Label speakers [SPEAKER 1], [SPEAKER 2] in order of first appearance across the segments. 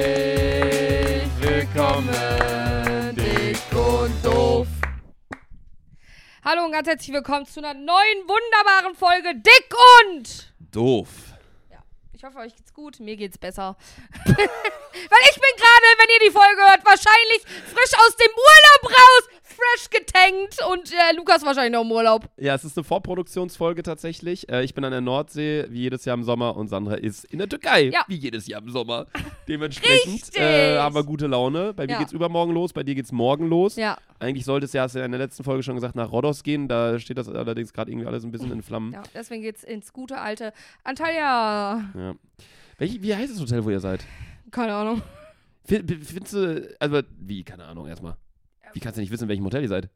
[SPEAKER 1] Herzlich willkommen, dick und doof.
[SPEAKER 2] Hallo und ganz herzlich willkommen zu einer neuen wunderbaren Folge Dick und.
[SPEAKER 1] Doof.
[SPEAKER 2] Ich hoffe, euch geht's gut, mir geht's besser. Weil ich bin gerade, wenn ihr die Folge hört, wahrscheinlich frisch aus dem Urlaub raus, fresh getankt und äh, Lukas wahrscheinlich noch im Urlaub.
[SPEAKER 1] Ja, es ist eine Vorproduktionsfolge tatsächlich. Äh, ich bin an der Nordsee, wie jedes Jahr im Sommer, und Sandra ist in der Türkei,
[SPEAKER 2] Ja.
[SPEAKER 1] wie jedes Jahr im Sommer. Dementsprechend äh,
[SPEAKER 2] Richtig.
[SPEAKER 1] haben wir gute Laune. Bei mir
[SPEAKER 2] Ja.
[SPEAKER 1] geht's übermorgen los, bei dir geht's morgen los.
[SPEAKER 2] Ja,
[SPEAKER 1] Eigentlich sollte es ja, hast du ja in der letzten Folge schon gesagt, nach Rhodos gehen. Da steht das allerdings gerade irgendwie alles ein bisschen in Flammen.
[SPEAKER 2] ja, deswegen geht's ins gute alte Antalya.
[SPEAKER 1] Ja. Welch, wie heißt das Hotel, wo ihr seid?
[SPEAKER 2] Keine Ahnung.
[SPEAKER 1] Fi- bi- Findest du, also, wie, keine Ahnung erstmal. Wie kannst du nicht wissen, in welchem Hotel ihr seid?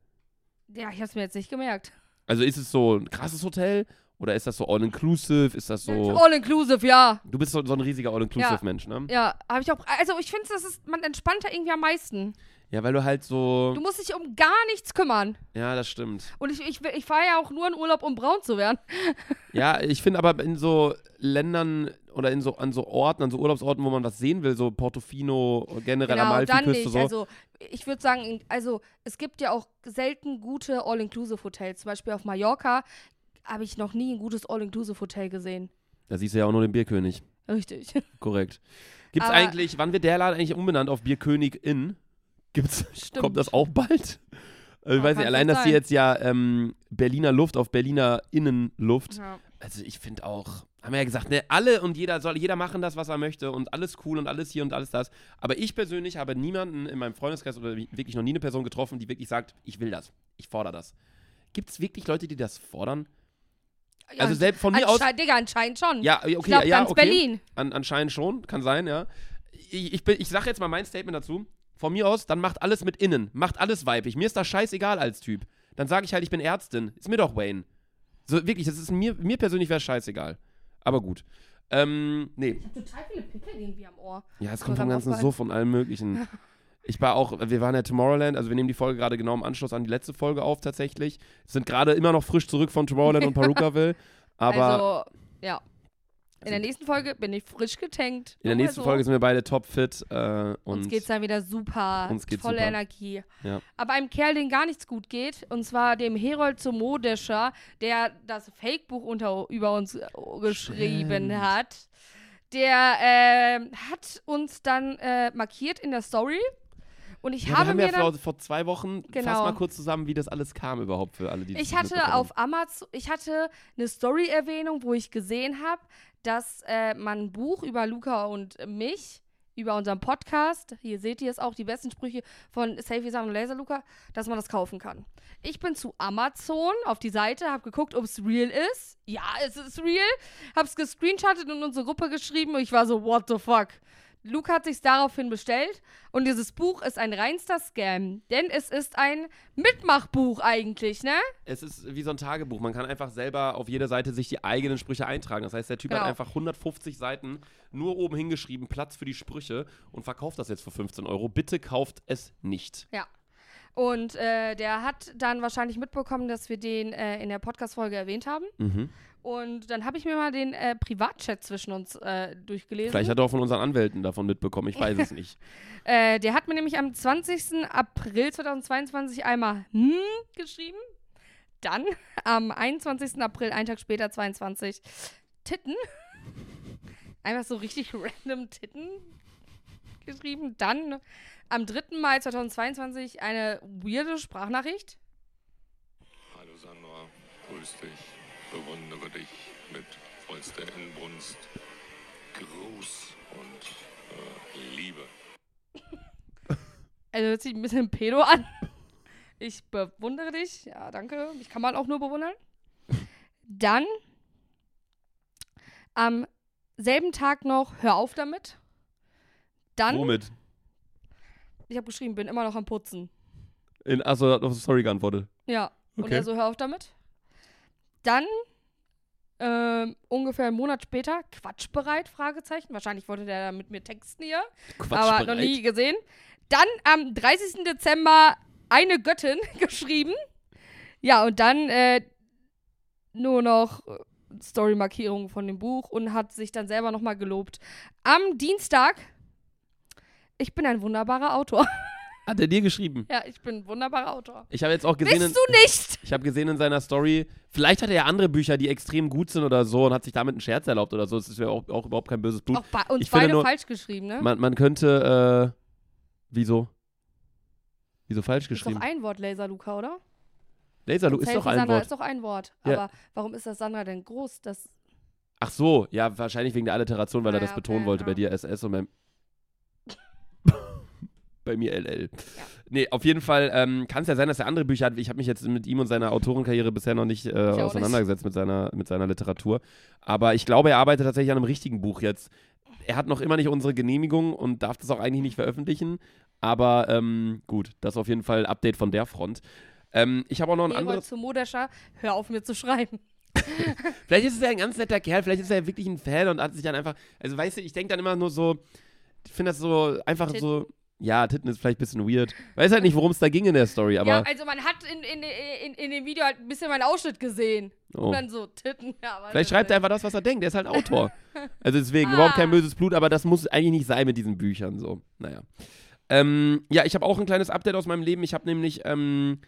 [SPEAKER 2] Ja, ich hab's mir jetzt nicht gemerkt.
[SPEAKER 1] Also ist es so ein krasses Hotel oder ist das so all-inclusive? Ist das so.
[SPEAKER 2] All inclusive, ja.
[SPEAKER 1] Du bist so, so ein riesiger all-inclusive-Mensch, ne?
[SPEAKER 2] Ja, habe ich auch. Also ich finde, das ist man entspannt da irgendwie am meisten.
[SPEAKER 1] Ja, weil du halt
[SPEAKER 2] Du
[SPEAKER 1] so.
[SPEAKER 2] musst dich um gar nichts kümmern.
[SPEAKER 1] Ja, das stimmt.
[SPEAKER 2] Und ich, ich, ich fahre ja auch nur in Urlaub, um braun zu werden.
[SPEAKER 1] Ja, ich finde aber in so Ländern oder in so, an so Orten, an so Urlaubsorten, wo man was sehen will, so Portofino, generell
[SPEAKER 2] Genau, dann
[SPEAKER 1] Amalfi-Küste,
[SPEAKER 2] nicht.
[SPEAKER 1] so.
[SPEAKER 2] Also ich würde sagen, in- also es gibt ja auch selten gute All-Inclusive-Hotels. Zum Beispiel auf Mallorca habe ich noch nie ein gutes All-Inclusive-Hotel gesehen.
[SPEAKER 1] da siehst du ja auch nur den Bierkönig.
[SPEAKER 2] Richtig.
[SPEAKER 1] Korrekt. Gibt's
[SPEAKER 2] Aber-
[SPEAKER 1] eigentlich, wann wird der Laden eigentlich umbenannt auf Bierkönig Inn? Gibt's,
[SPEAKER 2] Stimmt.
[SPEAKER 1] kommt das auch bald? Äh, Ich
[SPEAKER 2] Ja,
[SPEAKER 1] weiß
[SPEAKER 2] kann
[SPEAKER 1] nicht, allein,
[SPEAKER 2] schon
[SPEAKER 1] dass sie
[SPEAKER 2] sein.
[SPEAKER 1] jetzt ja ähm, Berliner Luft auf Berliner Innenluft
[SPEAKER 2] Ja.
[SPEAKER 1] Also ich finde auch, haben wir ja gesagt, ne, alle und jeder soll, jeder machen das, was er möchte und alles cool und alles hier und alles das. Aber ich persönlich habe niemanden in meinem Freundeskreis oder wie- wirklich noch nie eine Person getroffen, die wirklich sagt, ich will das, ich fordere das. Gibt es wirklich Leute, die das fordern? also selbst von mir aus,
[SPEAKER 2] Anschei- Digga, anscheinend schon.
[SPEAKER 1] ja, okay,
[SPEAKER 2] ich glaube,
[SPEAKER 1] ja,
[SPEAKER 2] ganz
[SPEAKER 1] okay.
[SPEAKER 2] Berlin.
[SPEAKER 1] An, anscheinend schon, kann sein, ja. Ich, ich, bin- ich sage jetzt mal mein Statement dazu. Von mir aus, dann macht alles mit innen, macht alles weiblich. Mir ist das scheißegal als Typ. Dann sage ich halt, ich bin Ärztin. Ist mir doch Wayne. So, wirklich, das ist mir, mir persönlich wäre scheißegal. Aber gut. Ähm, nee.
[SPEAKER 2] Total viele Pickel irgendwie am Ohr.
[SPEAKER 1] Ja,
[SPEAKER 2] Das
[SPEAKER 1] es kommt
[SPEAKER 2] muss
[SPEAKER 1] vom
[SPEAKER 2] einem
[SPEAKER 1] ganzen
[SPEAKER 2] auffallen.
[SPEAKER 1] Suff und allem möglichen. Ich war auch, wir waren ja Tomorrowland, also wir nehmen die Folge gerade genau im Anschluss an die letzte Folge auf tatsächlich. Sind gerade immer noch frisch zurück von Tomorrowland und Perukaville. Aber
[SPEAKER 2] also, ja. In der nächsten Folge bin ich frisch getankt.
[SPEAKER 1] in
[SPEAKER 2] Nur
[SPEAKER 1] der
[SPEAKER 2] mal
[SPEAKER 1] nächsten
[SPEAKER 2] so.
[SPEAKER 1] Folge sind wir beide topfit. Äh, und
[SPEAKER 2] Uns geht's dann wieder super.
[SPEAKER 1] Uns geht's
[SPEAKER 2] volle
[SPEAKER 1] super.
[SPEAKER 2] Energie.
[SPEAKER 1] Ja.
[SPEAKER 2] Aber einem Kerl, den gar nichts gut geht, und zwar dem Herold Zomodescher, der das Fake-Buch unter, über uns äh, geschrieben
[SPEAKER 1] Stimmt.
[SPEAKER 2] hat, der ähm, hat uns dann äh, markiert in der Story. Und ich
[SPEAKER 1] Ja,
[SPEAKER 2] habe
[SPEAKER 1] wir haben
[SPEAKER 2] mir
[SPEAKER 1] ja
[SPEAKER 2] dann,
[SPEAKER 1] vor, vor zwei Wochen, fass
[SPEAKER 2] Genau.
[SPEAKER 1] mal kurz zusammen, wie das alles kam überhaupt für alle, die das
[SPEAKER 2] ich
[SPEAKER 1] nicht
[SPEAKER 2] hatte
[SPEAKER 1] mitbekommen
[SPEAKER 2] auf Amazon, ich hatte eine Story-Erwähnung, wo ich gesehen habe, dass äh, man ein Buch über Luca und mich, über unseren Podcast, hier seht ihr es auch, die besten Sprüche von Safety Sam und Laser Luca, dass man das kaufen kann. Ich bin zu Amazon auf die Seite, habe geguckt, ob es real ist. Ja, es ist real. Hab's gescreenshottet und in unsere Gruppe geschrieben und ich war so, what the fuck? Luca hat sich daraufhin bestellt und dieses Buch ist ein reinster Scam, denn es ist ein Mitmachbuch eigentlich, ne?
[SPEAKER 1] Es ist wie so ein Tagebuch. Man kann einfach selber auf jeder Seite sich die eigenen Sprüche eintragen. Das heißt, der Typ hat
[SPEAKER 2] Genau.
[SPEAKER 1] einfach 150 Seiten nur oben hingeschrieben, Platz für die Sprüche und verkauft das jetzt für 15 Euro. Bitte kauft es nicht.
[SPEAKER 2] Ja. Und äh, der hat dann wahrscheinlich mitbekommen, dass wir den äh, in der Podcast-Folge erwähnt haben. Und dann habe ich mir mal den äh, Privatchat zwischen uns äh, durchgelesen.
[SPEAKER 1] Vielleicht hat er auch von unseren Anwälten davon mitbekommen. Ich weiß es nicht.
[SPEAKER 2] Äh, der hat mir nämlich am 20. April 2022 einmal hm geschrieben. Dann am 21. April, einen Tag später, 22, Titten. Einfach so richtig random Titten geschrieben. Dann am 3. Mai 2022 eine weirde Sprachnachricht.
[SPEAKER 3] Hallo Sandra, grüß dich, bewundere dich mit vollster Inbrunst, Gruß und äh, Liebe.
[SPEAKER 2] Also hört sich ein bisschen pedo an. Ich bewundere dich. Ja, danke. Mich kann man auch nur bewundern. Dann am selben Tag noch, hör auf damit. Dann,
[SPEAKER 1] Womit?
[SPEAKER 2] ich habe geschrieben, bin immer noch am Putzen.
[SPEAKER 1] In, achso, er hat auf Story geantwortet.
[SPEAKER 2] Ja. Und
[SPEAKER 1] Okay.
[SPEAKER 2] er so, hör auf damit. Dann ähm, ungefähr einen Monat später, quatschbereit, Fragezeichen. Wahrscheinlich wollte der da mit mir texten hier.
[SPEAKER 1] Quatsch.
[SPEAKER 2] aber noch nie gesehen. Dann am 30. Dezember eine Göttin geschrieben. Ja, und dann äh, nur noch Story-Markierungen von dem Buch und hat sich dann selber nochmal gelobt. Am Dienstag, ich bin ein wunderbarer Autor.
[SPEAKER 1] Hat er dir geschrieben?
[SPEAKER 2] Ja, ich bin ein wunderbarer Autor.
[SPEAKER 1] Ich habe jetzt auch gesehen, in,
[SPEAKER 2] Bist du nicht?
[SPEAKER 1] ich habe gesehen in seiner Story, vielleicht hat er ja andere Bücher, die extrem gut sind oder so und hat sich damit einen Scherz erlaubt oder so. Das ist ja auch, auch überhaupt kein böses Blut.
[SPEAKER 2] Auch bei uns
[SPEAKER 1] ich finde
[SPEAKER 2] beide
[SPEAKER 1] nur-
[SPEAKER 2] falsch geschrieben, ne?
[SPEAKER 1] Man, man könnte, äh, wieso? Wieso falsch
[SPEAKER 2] Ist doch
[SPEAKER 1] geschrieben?
[SPEAKER 2] ein Wort, Laser Luca, oder?
[SPEAKER 1] Laserlu ist
[SPEAKER 2] Selfie
[SPEAKER 1] doch ein
[SPEAKER 2] Sandra
[SPEAKER 1] Wort.
[SPEAKER 2] ist doch ein Wort.
[SPEAKER 1] Ja.
[SPEAKER 2] Aber warum ist das Sandra denn groß? Das,
[SPEAKER 1] Ach so, ja, wahrscheinlich wegen der Alliteration, weil
[SPEAKER 2] Ah
[SPEAKER 1] er das
[SPEAKER 2] ja,
[SPEAKER 1] betonen
[SPEAKER 2] okay,
[SPEAKER 1] wollte.
[SPEAKER 2] ja.
[SPEAKER 1] Bei dir SS und beim. bei mir LL.
[SPEAKER 2] Ja.
[SPEAKER 1] Nee, auf jeden Fall ähm, kann es ja sein, dass er andere Bücher hat. Ich habe mich jetzt mit ihm und seiner Autorenkarriere bisher noch nicht äh,
[SPEAKER 2] nicht.
[SPEAKER 1] auseinandergesetzt Mit, seiner, mit seiner Literatur. Aber ich glaube, er arbeitet tatsächlich an einem richtigen Buch jetzt. Er hat noch immer nicht unsere Genehmigung und darf das auch eigentlich nicht veröffentlichen. Aber ähm, gut, das ist auf jeden Fall ein Update von der Front. Ähm, ich habe auch noch ein
[SPEAKER 2] Ewald
[SPEAKER 1] anderes.
[SPEAKER 2] zu Modescher, hör auf mir zu schreiben.
[SPEAKER 1] Vielleicht ist es ja ein ganz netter Kerl, vielleicht ist er ja wirklich ein Fan und hat sich dann einfach. Also, weißt du, ich denke dann immer nur so, ich finde das so einfach
[SPEAKER 2] Titten.
[SPEAKER 1] so. Ja, Titten ist vielleicht ein bisschen weird. Weiß halt nicht, worum es da ging in der Story, aber.
[SPEAKER 2] ja, also man hat in, in, in, in dem Video halt ein bisschen meinen Ausschnitt gesehen.
[SPEAKER 1] oh.
[SPEAKER 2] Und dann so Titten. Ja, aber
[SPEAKER 1] Vielleicht
[SPEAKER 2] das
[SPEAKER 1] schreibt er
[SPEAKER 2] ist-
[SPEAKER 1] einfach das, was er denkt. Er ist halt ein Autor. Also deswegen,
[SPEAKER 2] Ah.
[SPEAKER 1] überhaupt kein böses Blut, aber das muss eigentlich nicht sein mit diesen Büchern. So, naja. Ähm, ja, ich habe auch ein kleines Update aus meinem Leben. Ich habe nämlich ähm,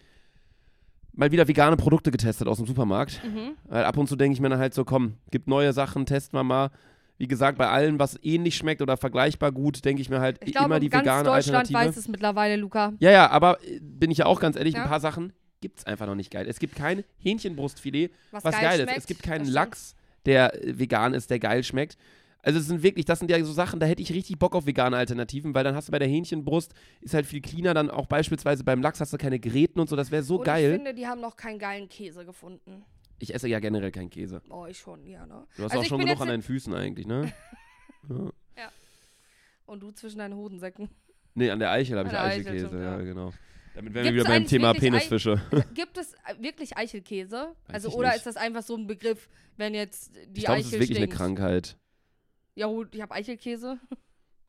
[SPEAKER 1] mal wieder vegane Produkte getestet aus dem Supermarkt.
[SPEAKER 2] Mhm.
[SPEAKER 1] Weil ab und zu denke ich mir dann halt so, komm, gibt neue Sachen, testen wir mal. Wie gesagt, bei allem, was ähnlich schmeckt oder vergleichbar gut, denke ich mir halt
[SPEAKER 2] Ich glaube,
[SPEAKER 1] immer die
[SPEAKER 2] ganz
[SPEAKER 1] vegane
[SPEAKER 2] Deutschland
[SPEAKER 1] Alternative.
[SPEAKER 2] weiß es mittlerweile, Luca.
[SPEAKER 1] Ja, ja, aber äh, bin ich ja auch ganz ehrlich,
[SPEAKER 2] Ja.
[SPEAKER 1] ein paar Sachen gibt es einfach noch nicht geil. Es gibt kein Hähnchenbrustfilet,
[SPEAKER 2] Was,
[SPEAKER 1] was, geil, ist.
[SPEAKER 2] schmeckt,
[SPEAKER 1] Es gibt
[SPEAKER 2] das
[SPEAKER 1] keinen
[SPEAKER 2] stimmt.
[SPEAKER 1] Lachs, der äh, vegan ist, der geil schmeckt. Also es sind wirklich, das sind ja so Sachen, da hätte ich richtig Bock auf vegane Alternativen, weil dann hast du bei der Hähnchenbrust, ist halt viel cleaner, dann auch beispielsweise beim Lachs hast du keine Gräten und so, das wäre so
[SPEAKER 2] Und
[SPEAKER 1] geil.
[SPEAKER 2] Ich finde, die haben noch keinen geilen Käse gefunden.
[SPEAKER 1] Ich esse ja generell keinen Käse.
[SPEAKER 2] Oh, ich schon, ja, ne?
[SPEAKER 1] Du hast
[SPEAKER 2] Also
[SPEAKER 1] auch
[SPEAKER 2] ich
[SPEAKER 1] schon
[SPEAKER 2] bin
[SPEAKER 1] genug an
[SPEAKER 2] jetzt-
[SPEAKER 1] deinen Füßen eigentlich, ne? ja.
[SPEAKER 2] Und du zwischen deinen Hodensäcken.
[SPEAKER 1] Nee, an der Eichel habe ich
[SPEAKER 2] An der Eichel,
[SPEAKER 1] Eichelkäse,
[SPEAKER 2] stimmt,
[SPEAKER 1] ja,
[SPEAKER 2] ja.
[SPEAKER 1] genau. Damit
[SPEAKER 2] Gibt's
[SPEAKER 1] wären wir wieder beim
[SPEAKER 2] eigentlich
[SPEAKER 1] Thema
[SPEAKER 2] wirklich Ei-
[SPEAKER 1] Penisfische.
[SPEAKER 2] Gibt es äh, wirklich Eichelkäse?
[SPEAKER 1] Weiß
[SPEAKER 2] also,
[SPEAKER 1] ich
[SPEAKER 2] oder
[SPEAKER 1] nicht.
[SPEAKER 2] ist das einfach so ein Begriff, wenn jetzt die
[SPEAKER 1] Ich glaube,
[SPEAKER 2] Eichel
[SPEAKER 1] es ist wirklich
[SPEAKER 2] stinkt?
[SPEAKER 1] eine Krankheit.
[SPEAKER 2] Ja, gut, ich habe Eichelkäse.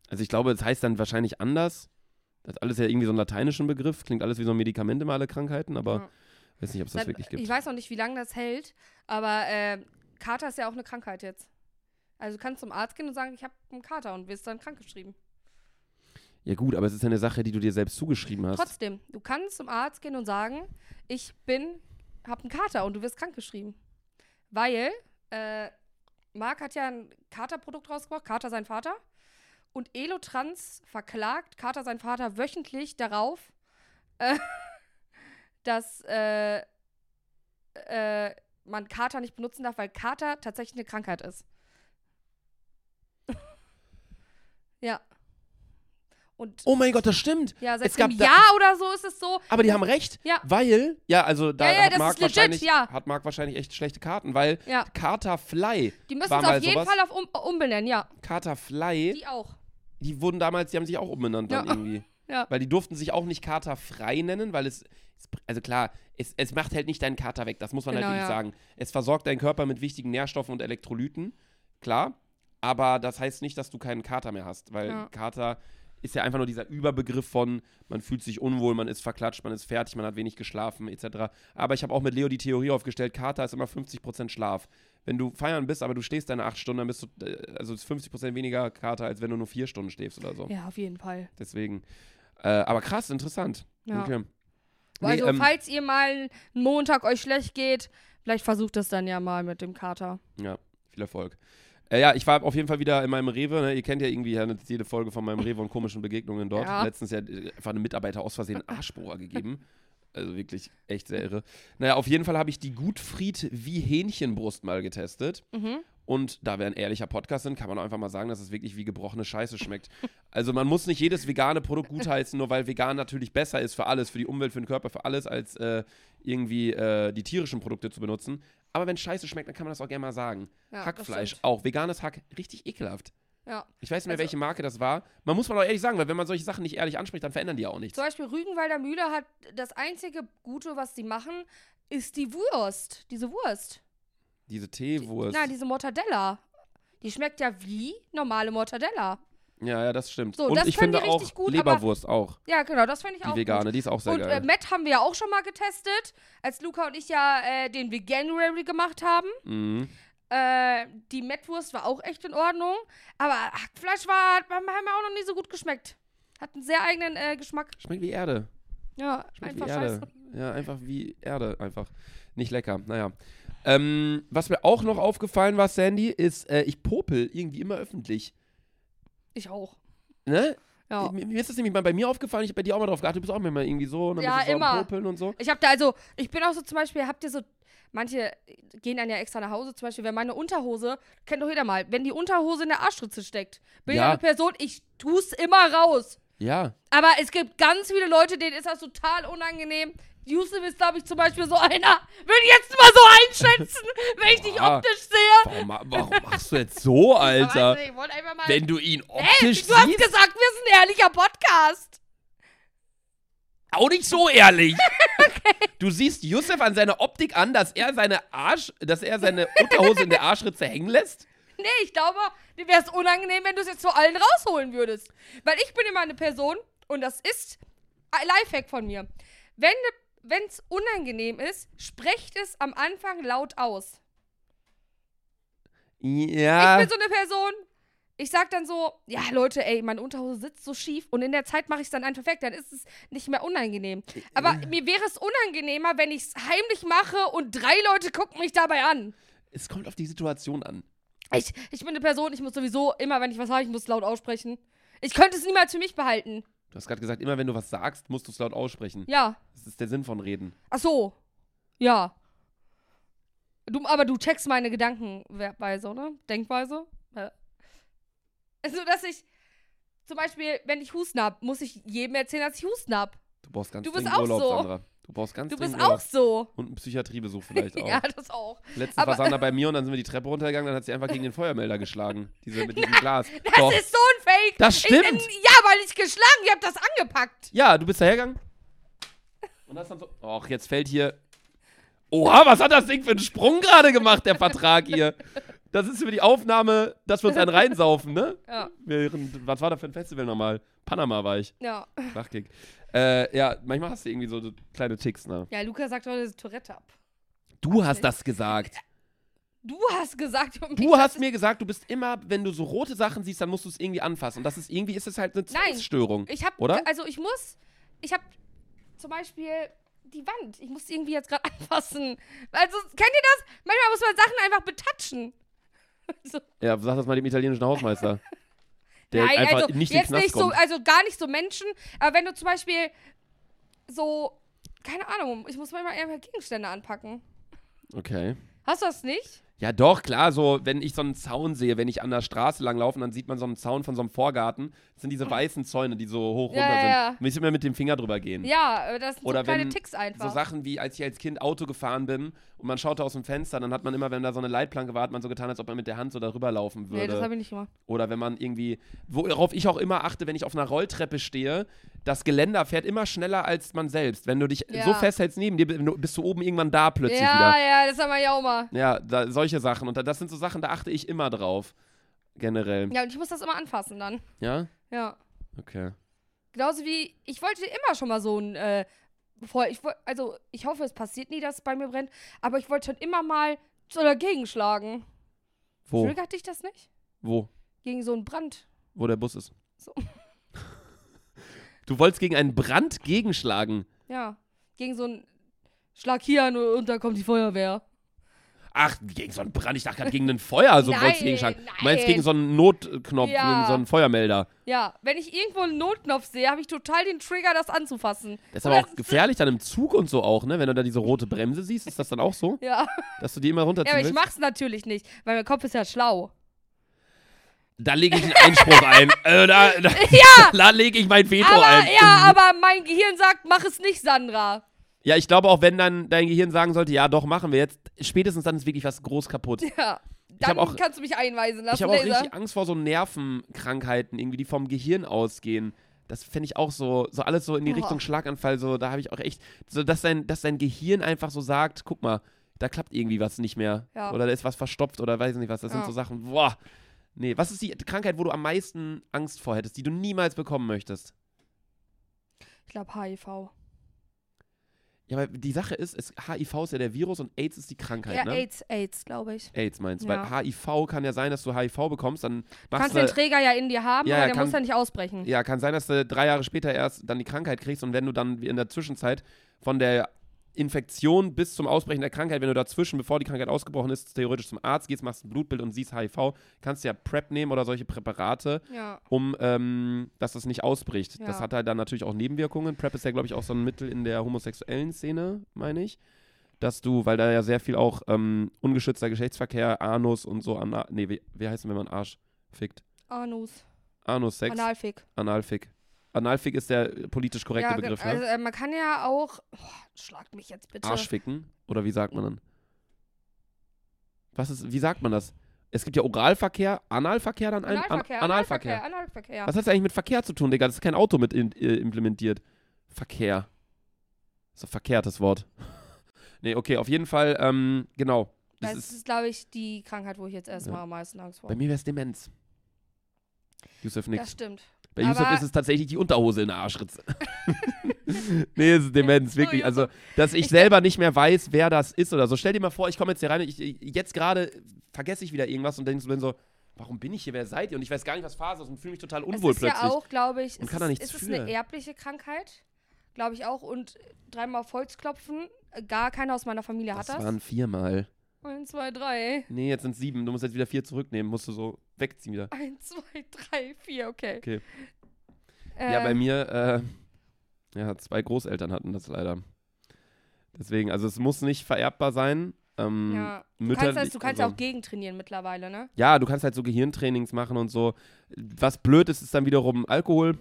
[SPEAKER 1] Also ich glaube, es heißt dann wahrscheinlich anders. Das ist alles ja irgendwie so einen lateinischen Begriff. Klingt alles wie so ein Medikament immer alle Krankheiten, aber
[SPEAKER 2] Ja.
[SPEAKER 1] weiß nicht, ob es das
[SPEAKER 2] Dann-
[SPEAKER 1] wirklich gibt.
[SPEAKER 2] Ich weiß noch nicht, wie lange das hält, aber äh, Kater ist ja auch eine Krankheit jetzt. Also du kannst zum Arzt gehen und sagen, ich habe einen Kater und wirst dann krankgeschrieben.
[SPEAKER 1] Ja gut, aber es ist ja eine Sache, die du dir selbst zugeschrieben hast.
[SPEAKER 2] Trotzdem, du kannst zum Arzt gehen und sagen, ich bin, habe einen Kater und du wirst krankgeschrieben. Weil äh, Marc hat ja ein Katerprodukt rausgebracht, Kater sein Vater. Und Elotrans verklagt Kater sein Vater wöchentlich darauf, äh, dass äh, äh, man Kater nicht benutzen darf, weil Kater tatsächlich eine Krankheit ist. ja. Und
[SPEAKER 1] oh mein Gott, das stimmt.
[SPEAKER 2] ja, seit
[SPEAKER 1] Es gab
[SPEAKER 2] einem
[SPEAKER 1] da-
[SPEAKER 2] Jahr oder so ist es so.
[SPEAKER 1] Aber die haben recht,
[SPEAKER 2] Ja.
[SPEAKER 1] weil ja, also da
[SPEAKER 2] Ja, ja,
[SPEAKER 1] hat
[SPEAKER 2] das
[SPEAKER 1] Mark
[SPEAKER 2] ist legit,
[SPEAKER 1] wahrscheinlich
[SPEAKER 2] ja.
[SPEAKER 1] hat Mark wahrscheinlich echt schlechte Karten, weil
[SPEAKER 2] Ja,
[SPEAKER 1] Carter Fly,
[SPEAKER 2] die müssen
[SPEAKER 1] War
[SPEAKER 2] es
[SPEAKER 1] mal
[SPEAKER 2] auf jeden
[SPEAKER 1] sowas?
[SPEAKER 2] Fall auf um, umbenennen, ja.
[SPEAKER 1] Carter Fly,
[SPEAKER 2] Die auch.
[SPEAKER 1] die, wurden damals, die haben sich auch umbenannt dann
[SPEAKER 2] Ja.
[SPEAKER 1] irgendwie.
[SPEAKER 2] Ja.
[SPEAKER 1] Weil die durften sich auch nicht Kater frei nennen, weil es, es also klar, es, es macht halt nicht deinen Kater weg, das muss man
[SPEAKER 2] Genau,
[SPEAKER 1] halt wirklich
[SPEAKER 2] ja.
[SPEAKER 1] sagen. Es versorgt deinen Körper mit wichtigen Nährstoffen und Elektrolyten, klar, aber das heißt nicht, dass du keinen Kater mehr hast, weil
[SPEAKER 2] Ja.
[SPEAKER 1] Kater ist ja einfach nur dieser Überbegriff von, man fühlt sich unwohl, man ist verklatscht, man ist fertig, man hat wenig geschlafen, etc. Aber ich habe auch mit Leo die Theorie aufgestellt, Kater ist immer 50% Schlaf. Wenn du feiern bist, aber du stehst deine acht Stunden, dann bist du, äh, also es ist 50% weniger Kater, als wenn du nur vier Stunden schläfst oder so.
[SPEAKER 2] Ja, auf jeden Fall.
[SPEAKER 1] Deswegen. Äh, aber krass, interessant.
[SPEAKER 2] Ja.
[SPEAKER 1] Okay. Nee,
[SPEAKER 2] Also,
[SPEAKER 1] ähm,
[SPEAKER 2] falls ihr mal einen Montag euch schlecht geht, vielleicht versucht es dann ja mal mit dem Kater.
[SPEAKER 1] ja, viel Erfolg. Äh, ja, ich war auf jeden Fall wieder in meinem Rewe. Ne? Ihr kennt ja irgendwie ja, jede Folge von meinem Rewe und komischen Begegnungen dort.
[SPEAKER 2] Ja.
[SPEAKER 1] Letztens ja äh, einfach einem Mitarbeiter aus Versehen einen Arschbohrer gegeben. Also wirklich echt sehr irre. Naja, auf jeden Fall habe ich die Gutfried wie Hähnchenbrust mal getestet.
[SPEAKER 2] Mhm.
[SPEAKER 1] Und da wir ein ehrlicher Podcast sind, kann man auch einfach mal sagen, dass es wirklich wie gebrochene Scheiße schmeckt. Also man muss nicht jedes vegane Produkt gutheißen, nur weil vegan natürlich besser ist für alles, für die Umwelt, für den Körper, für alles, als äh, irgendwie äh, die tierischen Produkte zu benutzen. Aber wenn Scheiße schmeckt, dann kann man das auch gerne mal sagen.
[SPEAKER 2] Ja, das
[SPEAKER 1] Hackfleisch
[SPEAKER 2] stimmt.
[SPEAKER 1] auch. Veganes Hack, richtig ekelhaft.
[SPEAKER 2] Ja.
[SPEAKER 1] Ich weiß nicht mehr,
[SPEAKER 2] Also-
[SPEAKER 1] welche Marke das war. Man muss mal auch ehrlich sagen, weil wenn man solche Sachen nicht ehrlich anspricht, dann verändern die auch nichts.
[SPEAKER 2] Zum Beispiel Rügenwalder Mühle hat das einzige Gute, was die machen, ist die Wurst. Diese Wurst.
[SPEAKER 1] Diese Teewurst.
[SPEAKER 2] Nein, diese Mortadella. Die schmeckt ja wie normale Mortadella.
[SPEAKER 1] ja, ja, das stimmt.
[SPEAKER 2] So,
[SPEAKER 1] Und
[SPEAKER 2] das
[SPEAKER 1] ich
[SPEAKER 2] können
[SPEAKER 1] finde
[SPEAKER 2] die richtig
[SPEAKER 1] auch
[SPEAKER 2] gut, aber-
[SPEAKER 1] Leberwurst auch.
[SPEAKER 2] Ja, genau, das finde ich
[SPEAKER 1] Die
[SPEAKER 2] auch
[SPEAKER 1] vegane,
[SPEAKER 2] gut.
[SPEAKER 1] die ist auch sehr
[SPEAKER 2] Und äh,
[SPEAKER 1] geil.
[SPEAKER 2] Matt haben wir ja auch schon mal getestet, als Luca und ich ja äh, den Veganuary gemacht haben.
[SPEAKER 1] Mhm.
[SPEAKER 2] Äh, die Mettwurst war auch echt in Ordnung. Aber Hackfleisch war, hat beim Heim auch noch nie so gut geschmeckt. Hat einen sehr eigenen äh, Geschmack.
[SPEAKER 1] Schmeckt wie Erde.
[SPEAKER 2] Ja,
[SPEAKER 1] Schmeckt
[SPEAKER 2] einfach
[SPEAKER 1] wie Erde.
[SPEAKER 2] scheiße.
[SPEAKER 1] Ja, einfach wie Erde, einfach. Nicht lecker, naja. Ähm, was mir auch noch aufgefallen war, Sandy, ist, äh, ich popel irgendwie immer öffentlich.
[SPEAKER 2] Ich auch.
[SPEAKER 1] Ne?
[SPEAKER 2] Ja.
[SPEAKER 1] Mir, mir ist das nämlich mal bei mir aufgefallen, ich habe bei dir auch mal drauf geachtet, du bist auch immer irgendwie so, und dann
[SPEAKER 2] Ja,
[SPEAKER 1] bist du so am
[SPEAKER 2] immer.
[SPEAKER 1] Popeln und so.
[SPEAKER 2] Ich habe da also, ich bin auch so zum Beispiel, habt ihr so, manche gehen dann ja extra nach Hause, zum Beispiel, wenn meine Unterhose, kennt doch jeder mal, wenn die Unterhose in der Arschritze steckt, bin
[SPEAKER 1] Ja.
[SPEAKER 2] ich eine Person, ich tu's immer raus.
[SPEAKER 1] Ja.
[SPEAKER 2] Aber es gibt ganz viele Leute, denen ist das total unangenehm. Yusuf ist, glaube ich, zum Beispiel so einer. Würde ich jetzt mal so einschätzen, wenn ich dich
[SPEAKER 1] Ah.
[SPEAKER 2] optisch sehe.
[SPEAKER 1] Warum, ma- warum machst du jetzt so, Alter?
[SPEAKER 2] Aber ich wollte einfach mal.
[SPEAKER 1] Wenn du ihn
[SPEAKER 2] Ey,
[SPEAKER 1] optisch
[SPEAKER 2] du hast
[SPEAKER 1] siehst,
[SPEAKER 2] gesagt, wir sind ein ehrlicher Podcast.
[SPEAKER 1] auch nicht so ehrlich. Du siehst Yusuf an seiner Optik an, dass er seine Arsch, dass er seine Unterhose in der Arschritze hängen lässt.
[SPEAKER 2] Nee, ich glaube, dir wäre es unangenehm, wenn du es jetzt vor allen rausholen würdest. Weil ich bin immer eine Person, und das ist ein Lifehack von mir. Wenn es unangenehm ist, sprecht es am Anfang laut aus.
[SPEAKER 1] Ja.
[SPEAKER 2] Ich bin so eine Person, ich sag dann so, ja Leute, ey, meine Unterhose sitzt so schief und in der Zeit mache ich es dann einfach weg, dann ist es nicht mehr unangenehm. Aber mir wäre es unangenehmer, wenn ich es heimlich mache und drei Leute gucken mich dabei an.
[SPEAKER 1] es kommt auf die Situation an.
[SPEAKER 2] Ich, ich bin eine Person, ich muss sowieso immer, wenn ich was sage, ich muss es laut aussprechen. Ich könnte es niemals für mich behalten.
[SPEAKER 1] Du hast gerade gesagt, immer wenn du was sagst, musst du es laut aussprechen.
[SPEAKER 2] Ja.
[SPEAKER 1] Das ist der Sinn von Reden.
[SPEAKER 2] Ach so. Ja. Du, aber du checkst meine Gedankenweise, oder? Denkweise? Ja. Also, dass ich zum Beispiel, wenn ich Husten hab, muss ich jedem erzählen, dass ich Husten hab.
[SPEAKER 1] Du brauchst ganz
[SPEAKER 2] Du bist
[SPEAKER 1] dringend
[SPEAKER 2] auch
[SPEAKER 1] Urlaub,
[SPEAKER 2] so.
[SPEAKER 1] Sandra. Du brauchst ganz
[SPEAKER 2] Du bist
[SPEAKER 1] dringend Urlaub.
[SPEAKER 2] auch so.
[SPEAKER 1] Und einen Psychiatriebesuch vielleicht auch.
[SPEAKER 2] Ja, das auch.
[SPEAKER 1] Letztens
[SPEAKER 2] aber-
[SPEAKER 1] war Sandra bei mir und dann sind wir die Treppe runtergegangen, dann hat sie einfach gegen den Feuermelder geschlagen. Diese mit diesem Glas.
[SPEAKER 2] Das
[SPEAKER 1] Doch.
[SPEAKER 2] ist so ein Fake.
[SPEAKER 1] Das
[SPEAKER 2] Ich bin,
[SPEAKER 1] stimmt.
[SPEAKER 2] ja, weil ich geschlagen, ihr habt das angepackt.
[SPEAKER 1] Ja, du bist dahergegangen. Und hast dann so. Och, jetzt fällt hier. Oha, was hat das Ding für einen Sprung gerade gemacht, der Vertrag hier? Das ist für die Aufnahme, dass wir uns einen reinsaufen, ne?
[SPEAKER 2] Ja,
[SPEAKER 1] Während, was war da für ein Festival nochmal? Panama war ich.
[SPEAKER 2] ja.
[SPEAKER 1] Flachkick. Äh, ja, manchmal hast du irgendwie so kleine Ticks, ne?
[SPEAKER 2] Ja, Luca sagt heute ist Tourette ab.
[SPEAKER 1] Du hast das gesagt.
[SPEAKER 2] Du hast gesagt, um
[SPEAKER 1] Du hast mir gesagt, du bist immer, wenn du so rote Sachen siehst, dann musst du es irgendwie anfassen. Und das ist irgendwie, ist es halt eine
[SPEAKER 2] Nein.
[SPEAKER 1] Zwangsstörung.
[SPEAKER 2] Ich hab,
[SPEAKER 1] Oder?
[SPEAKER 2] also ich muss, ich hab zum Beispiel die Wand, ich muss die irgendwie jetzt gerade anfassen. Also, kennt ihr das? Manchmal muss man Sachen einfach betatschen. So.
[SPEAKER 1] Ja, sag das mal dem italienischen Hausmeister. Der
[SPEAKER 2] Nein,
[SPEAKER 1] einfach
[SPEAKER 2] also
[SPEAKER 1] nicht in den
[SPEAKER 2] jetzt
[SPEAKER 1] Knast
[SPEAKER 2] nicht so,
[SPEAKER 1] kommt.
[SPEAKER 2] also gar nicht so Menschen, aber wenn du zum Beispiel so, keine Ahnung, ich muss manchmal eher Gegenstände anpacken.
[SPEAKER 1] Okay.
[SPEAKER 2] Hast du das nicht?
[SPEAKER 1] Ja, doch, klar, so, wenn ich so einen Zaun sehe, wenn ich an der Straße langlaufe, und dann sieht man so einen Zaun von so einem Vorgarten, das sind diese weißen Zäune, die so hoch
[SPEAKER 2] Ja,
[SPEAKER 1] runter
[SPEAKER 2] ja,
[SPEAKER 1] sind.
[SPEAKER 2] ja.
[SPEAKER 1] Muss ich immer mit dem Finger drüber gehen.
[SPEAKER 2] Ja, äh, das sind
[SPEAKER 1] Oder
[SPEAKER 2] so kleine
[SPEAKER 1] wenn
[SPEAKER 2] Ticks einfach.
[SPEAKER 1] So Sachen wie, als ich als Kind Auto gefahren bin und man schaute aus dem Fenster, dann hat man immer, wenn da so eine Leitplanke war, hat man so getan, als ob man mit der Hand so darüber laufen würde.
[SPEAKER 2] nee, das habe ich nicht gemacht.
[SPEAKER 1] Oder wenn man irgendwie, worauf ich auch immer achte, wenn ich auf einer Rolltreppe stehe, das Geländer fährt immer schneller als man selbst. Wenn du dich
[SPEAKER 2] Ja.
[SPEAKER 1] so festhältst neben dir, bist du oben irgendwann da plötzlich
[SPEAKER 2] Ja,
[SPEAKER 1] wieder.
[SPEAKER 2] ja, das haben wir ja auch mal.
[SPEAKER 1] Ja, da, solche Sachen. Und da, das sind so Sachen, da achte ich immer drauf. Generell.
[SPEAKER 2] Ja, und ich muss das immer anfassen dann.
[SPEAKER 1] Ja?
[SPEAKER 2] Ja.
[SPEAKER 1] Okay.
[SPEAKER 2] Genauso wie, ich wollte immer schon mal so ein, äh, voll, ich, woll- also ich hoffe, es passiert nie, dass es bei mir brennt, aber ich wollte schon immer mal so dagegen schlagen.
[SPEAKER 1] Wo?
[SPEAKER 2] Triggert dich das nicht?
[SPEAKER 1] Wo?
[SPEAKER 2] Gegen so einen Brand.
[SPEAKER 1] Wo der Bus ist.
[SPEAKER 2] So.
[SPEAKER 1] Du wolltest gegen einen Brand gegenschlagen.
[SPEAKER 2] Ja. Gegen so einen Schlag hier an und da kommt die Feuerwehr.
[SPEAKER 1] Ach, gegen so einen Brand. Ich dachte gerade gegen ein Feuer. Also
[SPEAKER 2] Nein,
[SPEAKER 1] wolltest du gegenschlagen. Du Meinst
[SPEAKER 2] nein.
[SPEAKER 1] gegen so einen Notknopf,
[SPEAKER 2] Ja.
[SPEAKER 1] gegen so einen Feuermelder.
[SPEAKER 2] Ja, wenn ich irgendwo einen Notknopf sehe, habe ich total den Trigger, das anzufassen.
[SPEAKER 1] Das ist aber auch gefährlich dann im Zug und so auch, ne? Wenn du da diese rote Bremse siehst, ist das dann auch so,
[SPEAKER 2] Ja.
[SPEAKER 1] dass du die immer
[SPEAKER 2] ja,
[SPEAKER 1] runterziehen
[SPEAKER 2] aber ich
[SPEAKER 1] willst?
[SPEAKER 2] mach's natürlich nicht, weil mein Kopf ist ja schlau.
[SPEAKER 1] Da lege ich einen Einspruch ein. Äh, da da,
[SPEAKER 2] Ja!
[SPEAKER 1] da lege ich mein Veto
[SPEAKER 2] Aber
[SPEAKER 1] ein.
[SPEAKER 2] ja, aber mein Gehirn sagt, mach es nicht, Sandra.
[SPEAKER 1] Ja, ich glaube auch, wenn dann dein Gehirn sagen sollte, ja, doch, machen wir jetzt, spätestens dann ist wirklich was groß kaputt.
[SPEAKER 2] Ja.
[SPEAKER 1] hab
[SPEAKER 2] Dann
[SPEAKER 1] auch-
[SPEAKER 2] kannst du mich einweisen lassen,
[SPEAKER 1] Ich habe auch
[SPEAKER 2] Laser.
[SPEAKER 1] richtig Angst vor so Nervenkrankheiten, irgendwie, die vom Gehirn ausgehen. Das fände ich auch so, so alles so in die
[SPEAKER 2] Boah.
[SPEAKER 1] Richtung Schlaganfall, so, da habe ich auch echt, so, dass dein, dass dein Gehirn einfach so sagt, guck mal, da klappt irgendwie was nicht mehr.
[SPEAKER 2] Ja.
[SPEAKER 1] Oder da ist was verstopft oder weiß ich nicht was. Das sind
[SPEAKER 2] Ja.
[SPEAKER 1] so Sachen, boah. Nee, was ist die Krankheit, wo du am meisten Angst vor hättest, die du niemals bekommen möchtest?
[SPEAKER 2] Ich glaube HIV.
[SPEAKER 1] Ja, aber die Sache ist, es, HIV ist ja der Virus und AIDS ist die Krankheit,
[SPEAKER 2] Ja,
[SPEAKER 1] ne?
[SPEAKER 2] AIDS, AIDS, glaube ich.
[SPEAKER 1] AIDS meinst du?
[SPEAKER 2] Ja.
[SPEAKER 1] Weil HIV kann ja sein, dass du HIV bekommst,
[SPEAKER 2] Du
[SPEAKER 1] dann machst
[SPEAKER 2] kannst
[SPEAKER 1] du. halt
[SPEAKER 2] den Träger ja in dir haben,
[SPEAKER 1] Ja,
[SPEAKER 2] aber
[SPEAKER 1] ja,
[SPEAKER 2] der muss ja
[SPEAKER 1] kann-
[SPEAKER 2] nicht ausbrechen.
[SPEAKER 1] Ja, kann sein, dass du drei Jahre später erst dann die Krankheit kriegst und wenn du dann in der Zwischenzeit von der Infektion bis zum Ausbrechen der Krankheit, wenn du dazwischen, bevor die Krankheit ausgebrochen ist, theoretisch zum Arzt gehst, machst ein Blutbild und siehst HIV, kannst du ja PrEP nehmen oder solche Präparate,
[SPEAKER 2] Ja.
[SPEAKER 1] um ähm, dass das nicht ausbricht.
[SPEAKER 2] Ja.
[SPEAKER 1] Das hat halt dann natürlich auch Nebenwirkungen. PrEP ist ja, glaube ich, auch so ein Mittel in der homosexuellen Szene, meine ich. Dass du, weil da ja sehr viel auch ähm, ungeschützter Geschlechtsverkehr, Anus und so, Ana nee, wie, wie heißt denn, wenn man Arsch fickt?
[SPEAKER 2] Anus.
[SPEAKER 1] Anussex.
[SPEAKER 2] Analfick.
[SPEAKER 1] Analfick. Analfick ist der äh, politisch korrekte
[SPEAKER 2] ja, ge-
[SPEAKER 1] Begriff, ne?
[SPEAKER 2] also, äh, man kann ja auch. Boah, schlag mich jetzt bitte.
[SPEAKER 1] Arschficken? Oder wie sagt man dann? Was ist, wie sagt man das? Es gibt ja Oralverkehr, Analverkehr dann ein? An-
[SPEAKER 2] Analverkehr. Analverkehr. Analverkehr.
[SPEAKER 1] Was hat das eigentlich mit Verkehr zu tun, Digga? Das ist kein Auto mit in, äh, implementiert. Verkehr. Ist doch verkehrtes Wort. nee, okay, auf jeden Fall, ähm, genau. Das
[SPEAKER 2] Das
[SPEAKER 1] ist,
[SPEAKER 2] ist, glaube ich, die Krankheit, wo ich jetzt erstmal
[SPEAKER 1] Ja.
[SPEAKER 2] am meisten Angst vor
[SPEAKER 1] bei
[SPEAKER 2] habe.
[SPEAKER 1] mir wäre es Demenz. Yusuf
[SPEAKER 2] Das
[SPEAKER 1] nix.
[SPEAKER 2] stimmt.
[SPEAKER 1] Bei Yusuf
[SPEAKER 2] aber-
[SPEAKER 1] ist es tatsächlich die Unterhose in der Arschritze. nee, es ist Demenz,
[SPEAKER 2] So,
[SPEAKER 1] wirklich.
[SPEAKER 2] Yusuf.
[SPEAKER 1] Also, dass ich
[SPEAKER 2] Ich-
[SPEAKER 1] selber nicht mehr weiß, wer das ist oder so. Stell dir mal vor, ich komme jetzt hier rein, und ich, jetzt gerade vergesse ich wieder irgendwas und denke so, warum bin ich hier, wer seid ihr? Und ich weiß gar nicht, was Phase ist und fühle mich total unwohl
[SPEAKER 2] es ist
[SPEAKER 1] plötzlich.
[SPEAKER 2] ja auch, glaube ich,
[SPEAKER 1] Und
[SPEAKER 2] es
[SPEAKER 1] kann da
[SPEAKER 2] ist-
[SPEAKER 1] nichts
[SPEAKER 2] es ist
[SPEAKER 1] für.
[SPEAKER 2] eine erbliche Krankheit, glaube ich auch. Und dreimal auf Holz klopfen, gar keiner aus meiner Familie
[SPEAKER 1] das,
[SPEAKER 2] hat das.
[SPEAKER 1] waren viermal.
[SPEAKER 2] Eins, zwei, drei.
[SPEAKER 1] Nee, jetzt sind sieben. Du musst jetzt wieder vier zurücknehmen. Musst du so wegziehen wieder.
[SPEAKER 2] Eins, zwei, drei, vier, okay.
[SPEAKER 1] Okay.
[SPEAKER 2] Äh,
[SPEAKER 1] Ja, bei mir, äh, ja, zwei Großeltern hatten das leider. Deswegen, also es muss nicht vererbbar sein. Ähm,
[SPEAKER 2] Ja. Du
[SPEAKER 1] Mütter,
[SPEAKER 2] kannst, das, du kannst ja
[SPEAKER 1] also-
[SPEAKER 2] auch gegentrainieren mittlerweile, ne?
[SPEAKER 1] Ja, du kannst halt so Gehirntrainings machen und so. Was blöd ist, ist dann wiederum Alkohol.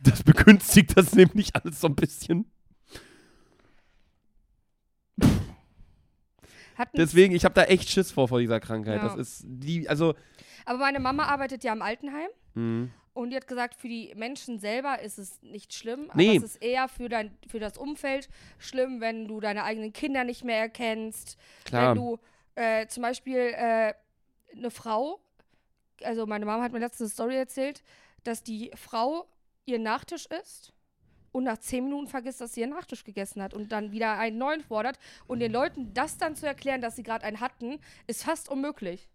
[SPEAKER 1] Das begünstigt das nämlich alles so ein bisschen.
[SPEAKER 2] Hatten,
[SPEAKER 1] Deswegen, ich habe da echt Schiss vor, vor dieser Krankheit.
[SPEAKER 2] Ja.
[SPEAKER 1] Das ist die, also. hm,
[SPEAKER 2] aber meine Mama arbeitet ja im Altenheim.
[SPEAKER 1] Mh.
[SPEAKER 2] Und die hat gesagt, für die Menschen selber ist es nicht schlimm,
[SPEAKER 1] Nee.
[SPEAKER 2] aber es ist eher für, dein, für das Umfeld schlimm, wenn du deine eigenen Kinder nicht mehr erkennst.
[SPEAKER 1] Klar.
[SPEAKER 2] Wenn du äh, zum Beispiel äh, eine Frau, also meine Mama hat mir letztens eine Story erzählt, dass die Frau ihr Nachtisch isst und nach zehn Minuten vergisst, dass sie ihren Nachtisch gegessen hat und dann wieder einen neuen fordert. Und den Leuten das dann zu erklären, dass sie gerade einen hatten, ist fast unmöglich.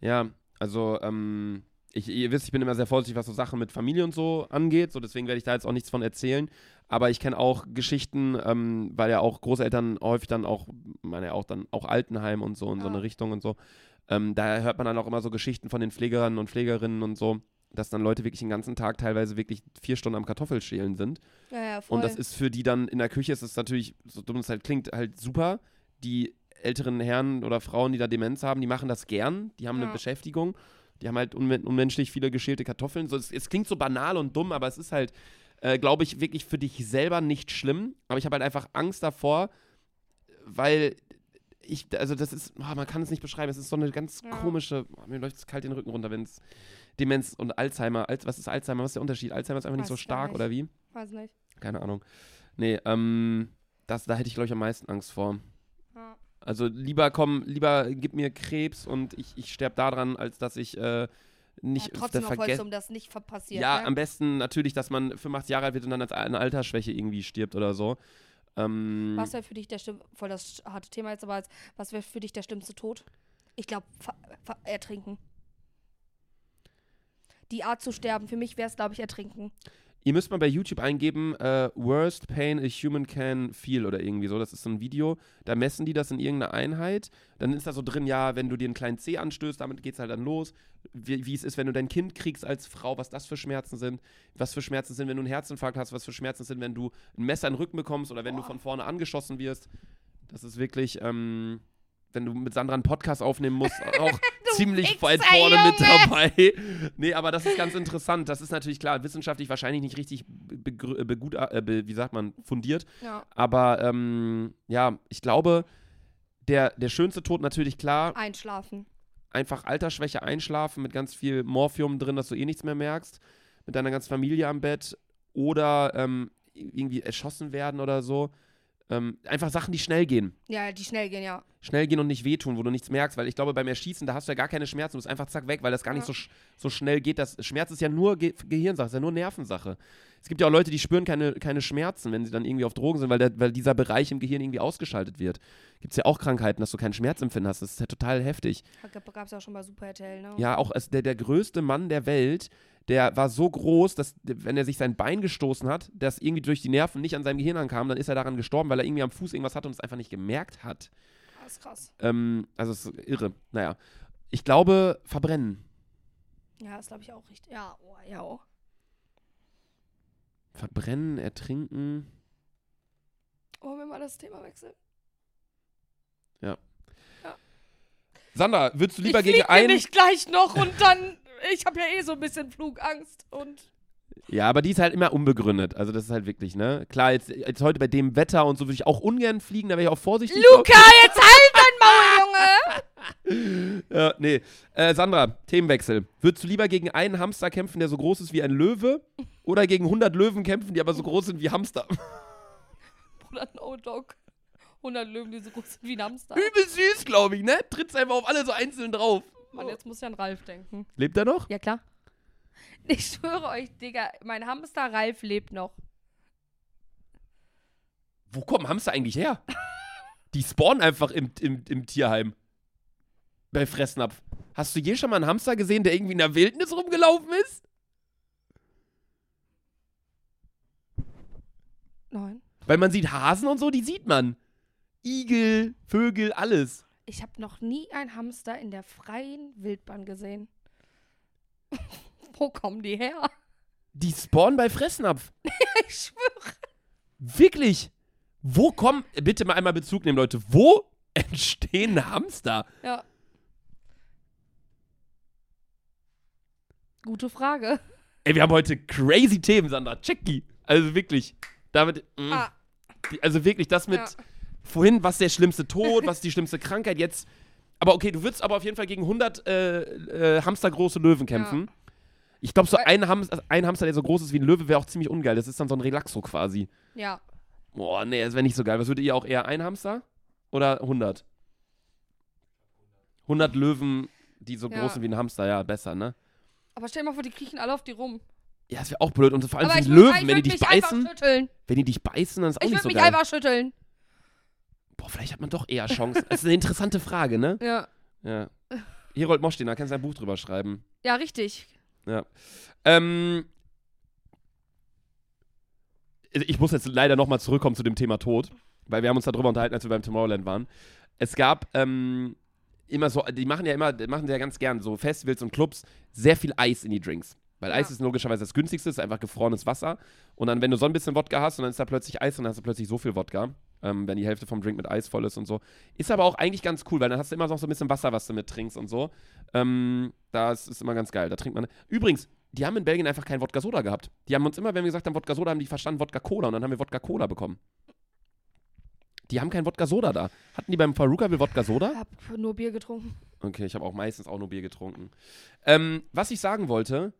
[SPEAKER 1] Ja, also, ähm, ich, ihr wisst, ich bin immer sehr vorsichtig, was so Sachen mit Familie und so angeht. So, deswegen werde ich da jetzt auch nichts von erzählen. Aber ich kenne auch Geschichten, ähm, weil ja auch Großeltern häufig dann auch, meine ja auch dann auch Altenheim und so in so
[SPEAKER 2] Ah.
[SPEAKER 1] eine Richtung und so. Ähm, da hört man dann auch immer so Geschichten von den Pflegerinnen und Pflegerinnen und so, dass dann Leute wirklich den ganzen Tag teilweise wirklich vier Stunden am Kartoffelschälen sind.
[SPEAKER 2] Ja, ja, voll.
[SPEAKER 1] Und das ist für die dann in der Küche, ist es natürlich, so dumm es halt klingt, halt super. Die älteren Herren oder Frauen, die da Demenz haben, die machen das gern. Die haben
[SPEAKER 2] Ja.
[SPEAKER 1] eine Beschäftigung. Die haben halt unmen unmenschlich viele geschälte Kartoffeln. So, es, es klingt so banal und dumm, aber es ist halt, äh, glaube ich, wirklich für dich selber nicht schlimm. Aber ich habe halt einfach Angst davor, weil ich, also das ist, ah, man kann es nicht beschreiben. Es ist so eine ganz
[SPEAKER 2] Ja.
[SPEAKER 1] komische, oh, mir läuft es kalt den Rücken runter, wenn es Demenz und Alzheimer, Al was ist Alzheimer, was ist der Unterschied? Alzheimer ist einfach nicht
[SPEAKER 2] Weiß
[SPEAKER 1] so
[SPEAKER 2] gar
[SPEAKER 1] stark
[SPEAKER 2] nicht.
[SPEAKER 1] oder wie?
[SPEAKER 2] Weiß nicht.
[SPEAKER 1] Keine Ahnung. Nee, ähm, das, da hätte ich, glaube ich, am meisten Angst vor.
[SPEAKER 2] Ja.
[SPEAKER 1] Also lieber komm, lieber gib mir Krebs und ich, ich sterbe daran, als dass ich äh,
[SPEAKER 2] ja,
[SPEAKER 1] nicht
[SPEAKER 2] trotzdem
[SPEAKER 1] da
[SPEAKER 2] auf Holz,
[SPEAKER 1] vergesse.
[SPEAKER 2] um das nicht ver- passiert.
[SPEAKER 1] Ja,
[SPEAKER 2] ne?
[SPEAKER 1] am besten natürlich, dass man 85 Jahre alt wird und dann als eine Altersschwäche irgendwie stirbt oder so. Ähm,
[SPEAKER 2] Was wäre für dich der schlimm, voll das sch- harte Thema jetzt, aber jetzt, was wäre für dich der schlimmste Tod? Ich glaube, ertrinken. Die Art zu sterben, für mich wäre es, glaube ich, ertrinken.
[SPEAKER 1] Ihr müsst mal bei YouTube eingeben, äh, Worst Pain a Human Can Feel oder irgendwie so. Das ist so ein Video, da messen die das in irgendeiner Einheit. Dann ist da so drin, ja, wenn du dir einen kleinen Zeh anstößt, damit geht's halt dann los. Wie, wie es ist, wenn du dein Kind kriegst als Frau, was das für Schmerzen sind. Was für Schmerzen sind, wenn du einen Herzinfarkt hast, was für Schmerzen sind, wenn du ein Messer in den Rücken bekommst oder wenn du
[SPEAKER 2] Boah.
[SPEAKER 1] von vorne angeschossen wirst. Das ist wirklich, ähm, wenn du mit Sandra einen Podcast aufnehmen musst, auch ziemlich
[SPEAKER 2] Wichser,
[SPEAKER 1] weit vorne mit
[SPEAKER 2] Junge!
[SPEAKER 1] dabei. Nee, aber das ist ganz interessant. Das ist natürlich klar, wissenschaftlich wahrscheinlich nicht richtig begrü- äh, begut, äh, be, wie sagt man, fundiert.
[SPEAKER 2] Ja.
[SPEAKER 1] Aber ähm, ja, ich glaube, der, der schönste Tod natürlich klar,
[SPEAKER 2] Einschlafen.
[SPEAKER 1] einfach Altersschwäche einschlafen mit ganz viel Morphium drin, dass du eh nichts mehr merkst, mit deiner ganzen Familie am Bett oder ähm, irgendwie erschossen werden oder so. Ähm, einfach Sachen, die schnell gehen.
[SPEAKER 2] Ja, die schnell gehen, ja.
[SPEAKER 1] Schnell gehen und nicht wehtun, wo du nichts merkst, weil ich glaube, beim Erschießen, da hast du ja gar keine Schmerzen, du bist einfach zack weg, weil das gar nicht
[SPEAKER 2] Ja.
[SPEAKER 1] so, sch- so schnell geht. Das Schmerz ist ja nur Ge Gehirnsache, ist ja nur Nervensache. Es gibt ja auch Leute, die spüren keine, keine Schmerzen, wenn sie dann irgendwie auf Drogen sind, weil, der, weil dieser Bereich im Gehirn irgendwie ausgeschaltet wird. Gibt es ja auch Krankheiten, dass du keinen Schmerzempfinden hast. Das ist ja total heftig.
[SPEAKER 2] Gab es auch schon bei Superhotel, ne?
[SPEAKER 1] Ja, auch als der, der größte Mann der Welt, der war so groß, dass, wenn er sich sein Bein gestoßen hat, das irgendwie durch die Nerven nicht an seinem Gehirn ankam, dann ist er daran gestorben, weil er irgendwie am Fuß irgendwas hatte und es einfach nicht gemerkt hat.
[SPEAKER 2] Das ist krass.
[SPEAKER 1] Ähm, also, es ist irre. Naja. Ich glaube, verbrennen.
[SPEAKER 2] Ja, das glaube ich auch richtig. Ja, oh, ja. Oh.
[SPEAKER 1] Verbrennen, ertrinken.
[SPEAKER 2] Wollen wir mal das Thema wechseln?
[SPEAKER 1] Sandra, würdest du lieber
[SPEAKER 2] ich
[SPEAKER 1] gegen
[SPEAKER 2] flieg
[SPEAKER 1] einen.
[SPEAKER 2] nämlich gleich noch und dann. Ich habe ja eh so ein bisschen Flugangst und.
[SPEAKER 1] Ja, aber die ist halt immer unbegründet. Also, das ist halt wirklich, ne? Klar, jetzt, jetzt heute bei dem Wetter und so würde ich auch ungern fliegen, da wäre ich auch vorsichtig. drauf.
[SPEAKER 2] Luca, jetzt halt dein Maul, Junge!
[SPEAKER 1] Ja, nee. Äh, Sandra, Themenwechsel. Würdest du lieber gegen einen Hamster kämpfen, der so groß ist wie ein Löwe? Oder gegen 100 Löwen kämpfen, die aber so groß sind wie Hamster?
[SPEAKER 2] Bruder, no dog. 100 Löwen, die so groß sind wie ein Hamster.
[SPEAKER 1] Übel süß, glaube ich, ne? Trittst einfach auf alle so einzeln drauf.
[SPEAKER 2] Mann, jetzt muss ich an Ralf denken.
[SPEAKER 1] Lebt er noch?
[SPEAKER 2] Ja, klar. Ich schwöre euch, Digga, mein Hamster Ralf lebt noch.
[SPEAKER 1] Wo kommen Hamster eigentlich her? Die spawnen einfach im, im, im Tierheim. Bei Fressnapf. Hast du je schon mal einen Hamster gesehen, der irgendwie in der Wildnis rumgelaufen ist?
[SPEAKER 2] Nein.
[SPEAKER 1] Weil man sieht Hasen und so, die sieht man. Igel, Vögel, alles.
[SPEAKER 2] Ich habe noch nie einen Hamster in der freien Wildbahn gesehen. Wo kommen die her?
[SPEAKER 1] Die spawnen bei Fressnapf.
[SPEAKER 2] Ich schwöre.
[SPEAKER 1] Wirklich? Wo kommen, bitte mal einmal Bezug nehmen, Leute, wo entstehen Hamster?
[SPEAKER 2] Ja. Gute Frage.
[SPEAKER 1] Ey, wir haben heute crazy Themen, Sandra. Check die. Also wirklich. Damit, mm,
[SPEAKER 2] Ah,
[SPEAKER 1] die- also wirklich, das mit
[SPEAKER 2] ja.
[SPEAKER 1] vorhin, was ist der schlimmste Tod, was ist die schlimmste Krankheit, jetzt. Aber okay, du würdest aber auf jeden Fall gegen 100 äh, äh, hamstergroße Löwen kämpfen. Ich glaube, so
[SPEAKER 2] Weil-
[SPEAKER 1] ein, Ham ein Hamster, der so groß ist wie ein Löwe, wäre auch ziemlich ungeil. Das ist dann so ein Relaxo quasi.
[SPEAKER 2] ja.
[SPEAKER 1] Boah, nee, das wäre nicht so geil. Was würdet ihr auch eher, ein Hamster oder 100? 100 Löwen, die so
[SPEAKER 2] Ja.
[SPEAKER 1] groß sind wie ein Hamster, ja, besser, ne?
[SPEAKER 2] Aber stell dir mal vor, die kriechen alle auf die rum.
[SPEAKER 1] Ja, das wäre auch blöd. Und vor allem
[SPEAKER 2] Aber
[SPEAKER 1] sind
[SPEAKER 2] ich muss-
[SPEAKER 1] Löwen,
[SPEAKER 2] ich
[SPEAKER 1] wenn Also die
[SPEAKER 2] würd
[SPEAKER 1] dich
[SPEAKER 2] mich einfach
[SPEAKER 1] beißen,
[SPEAKER 2] schütteln.
[SPEAKER 1] wenn die dich beißen, dann ist auch
[SPEAKER 2] Ich
[SPEAKER 1] nicht
[SPEAKER 2] würde
[SPEAKER 1] so
[SPEAKER 2] mich
[SPEAKER 1] geil.
[SPEAKER 2] einfach schütteln.
[SPEAKER 1] Boah, vielleicht hat man doch eher Chancen. Das ist eine interessante Frage, ne?
[SPEAKER 2] Ja.
[SPEAKER 1] Ja. Herold Moschtin, da kannst du ein Buch drüber schreiben.
[SPEAKER 2] Ja, richtig.
[SPEAKER 1] Ähm, ich muss jetzt leider nochmal zurückkommen zu dem Thema Tod, weil wir haben uns darüber unterhalten, als wir beim Tomorrowland waren. Es gab ähm, immer so, die machen ja immer, die machen ja ganz gern so Festivals und Clubs sehr viel Eis in die Drinks. Weil Eis
[SPEAKER 2] Ja.
[SPEAKER 1] ist logischerweise das günstigste, ist einfach gefrorenes Wasser. Und dann, wenn du so ein bisschen Wodka hast und dann ist da plötzlich Eis und dann hast du plötzlich so viel Wodka, ähm, wenn die Hälfte vom Drink mit Eis voll ist und so. Ist aber auch eigentlich ganz cool, weil dann hast du immer noch so ein bisschen Wasser, was du mit trinkst und so. Ähm, das ist immer ganz geil. Da trinkt man. Übrigens, die haben in Belgien einfach kein Wodka Soda gehabt. Die haben uns immer, wenn wir gesagt haben Wodka Soda, haben die verstanden Wodka Cola und dann haben wir Wodka Cola bekommen. Die haben kein Wodka Soda da. Hatten die beim Faruka will Wodka Soda?
[SPEAKER 2] Ich habe nur Bier getrunken.
[SPEAKER 1] Okay, ich habe auch meistens auch nur Bier getrunken. Ähm, was ich sagen wollte,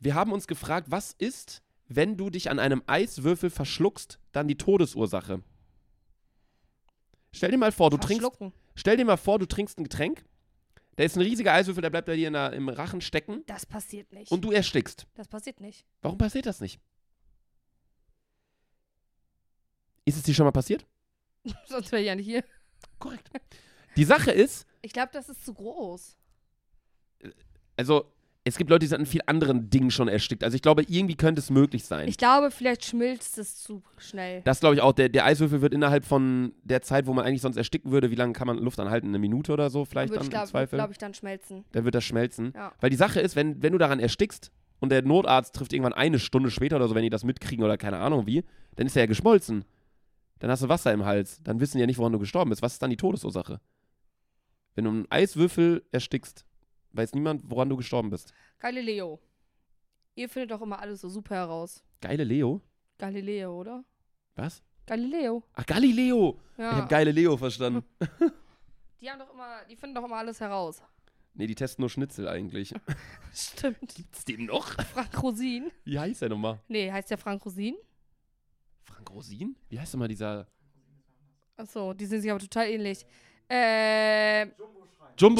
[SPEAKER 1] wir haben uns gefragt, was ist, wenn du dich an einem Eiswürfel verschluckst, dann die Todesursache? Stell dir mal vor, du trinkst
[SPEAKER 2] Verschlucken.
[SPEAKER 1] Stell dir mal vor, du trinkst ein Getränk, da ist ein riesiger Eiswürfel, der bleibt bei dir in der, im Rachen stecken
[SPEAKER 2] Das passiert nicht.
[SPEAKER 1] und du erstickst.
[SPEAKER 2] das passiert nicht.
[SPEAKER 1] Warum passiert das nicht? Ist es dir schon mal passiert?
[SPEAKER 2] Sonst wäre ich ja nicht hier.
[SPEAKER 1] Korrekt. Die Sache ist,
[SPEAKER 2] Ich glaube, das ist zu groß.
[SPEAKER 1] also es gibt Leute, die sind an viel anderen Dingen schon erstickt. Also ich glaube, irgendwie könnte es möglich sein.
[SPEAKER 2] Ich glaube, vielleicht schmilzt es zu schnell.
[SPEAKER 1] das glaube ich auch. Der, der Eiswürfel wird innerhalb von der Zeit, wo man eigentlich sonst ersticken würde, wie lange kann man Luft anhalten? Eine Minute oder so vielleicht
[SPEAKER 2] Würde
[SPEAKER 1] dann
[SPEAKER 2] ich,
[SPEAKER 1] im
[SPEAKER 2] glaube
[SPEAKER 1] Zweifel?
[SPEAKER 2] glaub ich, dann schmelzen.
[SPEAKER 1] dann wird das schmelzen.
[SPEAKER 2] Ja.
[SPEAKER 1] Weil die Sache ist, wenn, wenn du daran erstickst und der Notarzt trifft irgendwann eine Stunde später oder so, wenn die das mitkriegen oder keine Ahnung wie, dann ist er ja geschmolzen. Dann hast du Wasser im Hals. Dann wissen die ja nicht, woran du gestorben bist. Was ist dann die Todesursache? Wenn du einen Eiswürfel erstickst, weiß niemand, woran du gestorben bist.
[SPEAKER 2] Galileo. Ihr findet doch immer alles so super heraus.
[SPEAKER 1] Geile Leo?
[SPEAKER 2] Galileo, oder?
[SPEAKER 1] Was?
[SPEAKER 2] Galileo.
[SPEAKER 1] Ach, Galileo! Ich
[SPEAKER 2] Ja.
[SPEAKER 1] habe geile Leo verstanden.
[SPEAKER 2] die haben doch immer, die finden doch immer alles heraus.
[SPEAKER 1] Nee, die testen nur Schnitzel eigentlich.
[SPEAKER 2] Stimmt.
[SPEAKER 1] Gibt's den noch?
[SPEAKER 2] Frank Rosin.
[SPEAKER 1] Wie heißt der nochmal?
[SPEAKER 2] Nee, heißt der Frank Rosin?
[SPEAKER 1] Frank Rosin? Wie heißt nochmal dieser
[SPEAKER 2] Achso, die sind sich aber total ähnlich. Äh,
[SPEAKER 1] Jumbo,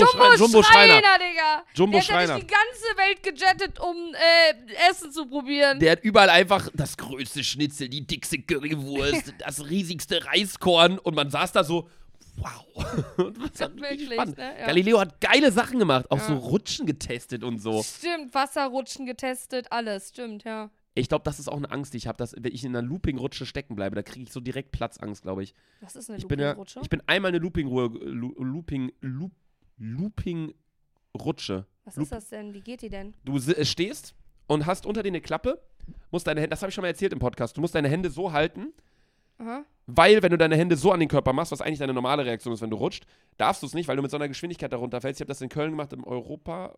[SPEAKER 2] Jumbo,
[SPEAKER 1] Schrein, Jumbo Schreiner.
[SPEAKER 2] Digga.
[SPEAKER 1] Jumbo
[SPEAKER 2] der hat ja
[SPEAKER 1] Schreiner.
[SPEAKER 2] durch die ganze Welt gejettet, um äh, Essen zu probieren.
[SPEAKER 1] Der hat überall einfach das größte Schnitzel, die dickste Currywurst, das riesigste Reiskorn und man saß da so, wow. Und was war richtig
[SPEAKER 2] Wirklich,
[SPEAKER 1] spannend.
[SPEAKER 2] ne? Ja.
[SPEAKER 1] Galileo hat geile Sachen gemacht, auch
[SPEAKER 2] Ja.
[SPEAKER 1] so Rutschen getestet und so.
[SPEAKER 2] Stimmt, Wasserrutschen getestet, alles, stimmt, ja.
[SPEAKER 1] Ich glaube, das ist auch eine Angst, die ich habe, dass wenn ich in einer Looping-Rutsche stecken bleibe, da kriege ich so direkt Platzangst, glaube ich.
[SPEAKER 2] Was ist eine
[SPEAKER 1] Ich bin ja,
[SPEAKER 2] Lupenrutsche?
[SPEAKER 1] ich bin einmal eine Looping-Ruhe, Lu- Looping, Loop, Looping-Rutsche.
[SPEAKER 2] Was
[SPEAKER 1] Lup-
[SPEAKER 2] ist das denn? Wie geht die denn?
[SPEAKER 1] Du si- äh, stehst und hast unter dir eine Klappe, musst deine Hände, das habe ich schon mal erzählt im Podcast, du musst deine Hände so halten,
[SPEAKER 2] Aha.
[SPEAKER 1] Weil, wenn du deine Hände so an den Körper machst, was eigentlich deine normale Reaktion ist, wenn du rutscht, darfst du es nicht, weil du mit so einer Geschwindigkeit darunter fällst. Ich habe das in Köln gemacht, im Europa,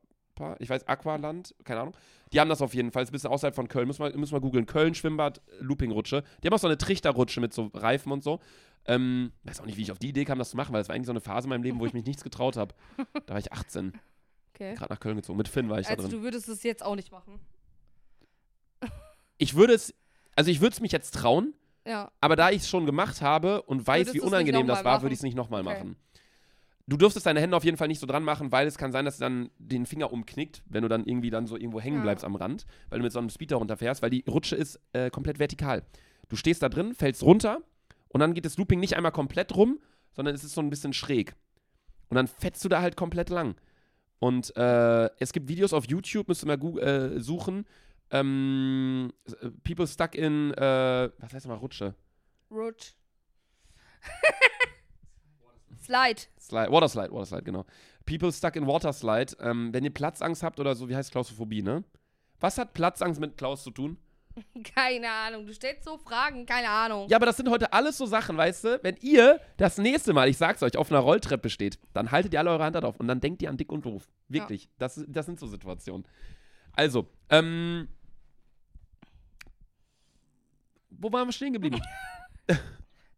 [SPEAKER 1] ich weiß, Aqualand, keine Ahnung. Die haben das auf jeden Fall, ist ein bisschen außerhalb von Köln, müssen wir, müssen wir googeln. Köln, Schwimmbad, äh, Loopingrutsche. Die haben auch so eine Trichterrutsche mit so Reifen und so. Ähm, weiß auch nicht, wie ich auf die Idee kam, das zu machen, weil das war eigentlich so eine Phase in meinem Leben, wo ich mich nichts getraut habe. Da war ich 18,
[SPEAKER 2] Okay.
[SPEAKER 1] gerade nach Köln gezogen. Mit Finn war ich da
[SPEAKER 2] Also
[SPEAKER 1] drin.
[SPEAKER 2] du würdest es jetzt auch nicht machen.
[SPEAKER 1] Ich würde es, also ich würde es mich jetzt trauen,
[SPEAKER 2] Ja.
[SPEAKER 1] Aber da ich es schon gemacht habe und weiß,
[SPEAKER 2] Würdest
[SPEAKER 1] wie
[SPEAKER 2] du's nicht
[SPEAKER 1] unangenehm das
[SPEAKER 2] nochmal
[SPEAKER 1] war,
[SPEAKER 2] machen?
[SPEAKER 1] würde ich es nicht nochmal
[SPEAKER 2] Okay.
[SPEAKER 1] machen. Du dürftest deine Hände auf jeden Fall nicht so dran machen, weil es kann sein, dass du dann den Finger umknickt, wenn du dann irgendwie dann so irgendwo hängen
[SPEAKER 2] Ja.
[SPEAKER 1] bleibst am Rand, weil du mit so einem Speeder runterfährst, weil die Rutsche ist äh, komplett vertikal. Du stehst da drin, fällst runter und dann geht das Looping nicht einmal komplett rum, sondern es ist so ein bisschen schräg. Und dann fetzt du da halt komplett lang. Und äh, es gibt Videos auf YouTube, müsst ihr mal Google, äh, suchen. Ähm, people stuck in, äh, was heißt das mal, Rutsche?
[SPEAKER 2] Rutsch. Slide.
[SPEAKER 1] Slide, Waterslide, Waterslide, genau. People stuck in Waterslide. Ähm, wenn ihr Platzangst habt oder so, wie heißt Klaustrophobie, ne? Was hat Platzangst mit Klaus zu tun?
[SPEAKER 2] Keine Ahnung. Du stellst so Fragen, keine Ahnung.
[SPEAKER 1] Ja, aber das sind heute alles so Sachen, weißt du? Wenn ihr das nächste Mal, ich sag's euch, auf einer Rolltreppe steht, dann haltet ihr alle eure Hand darauf und dann denkt ihr an dick und doof. Wirklich. Das, das sind so Situationen. Also, ähm. Wo waren wir stehen geblieben?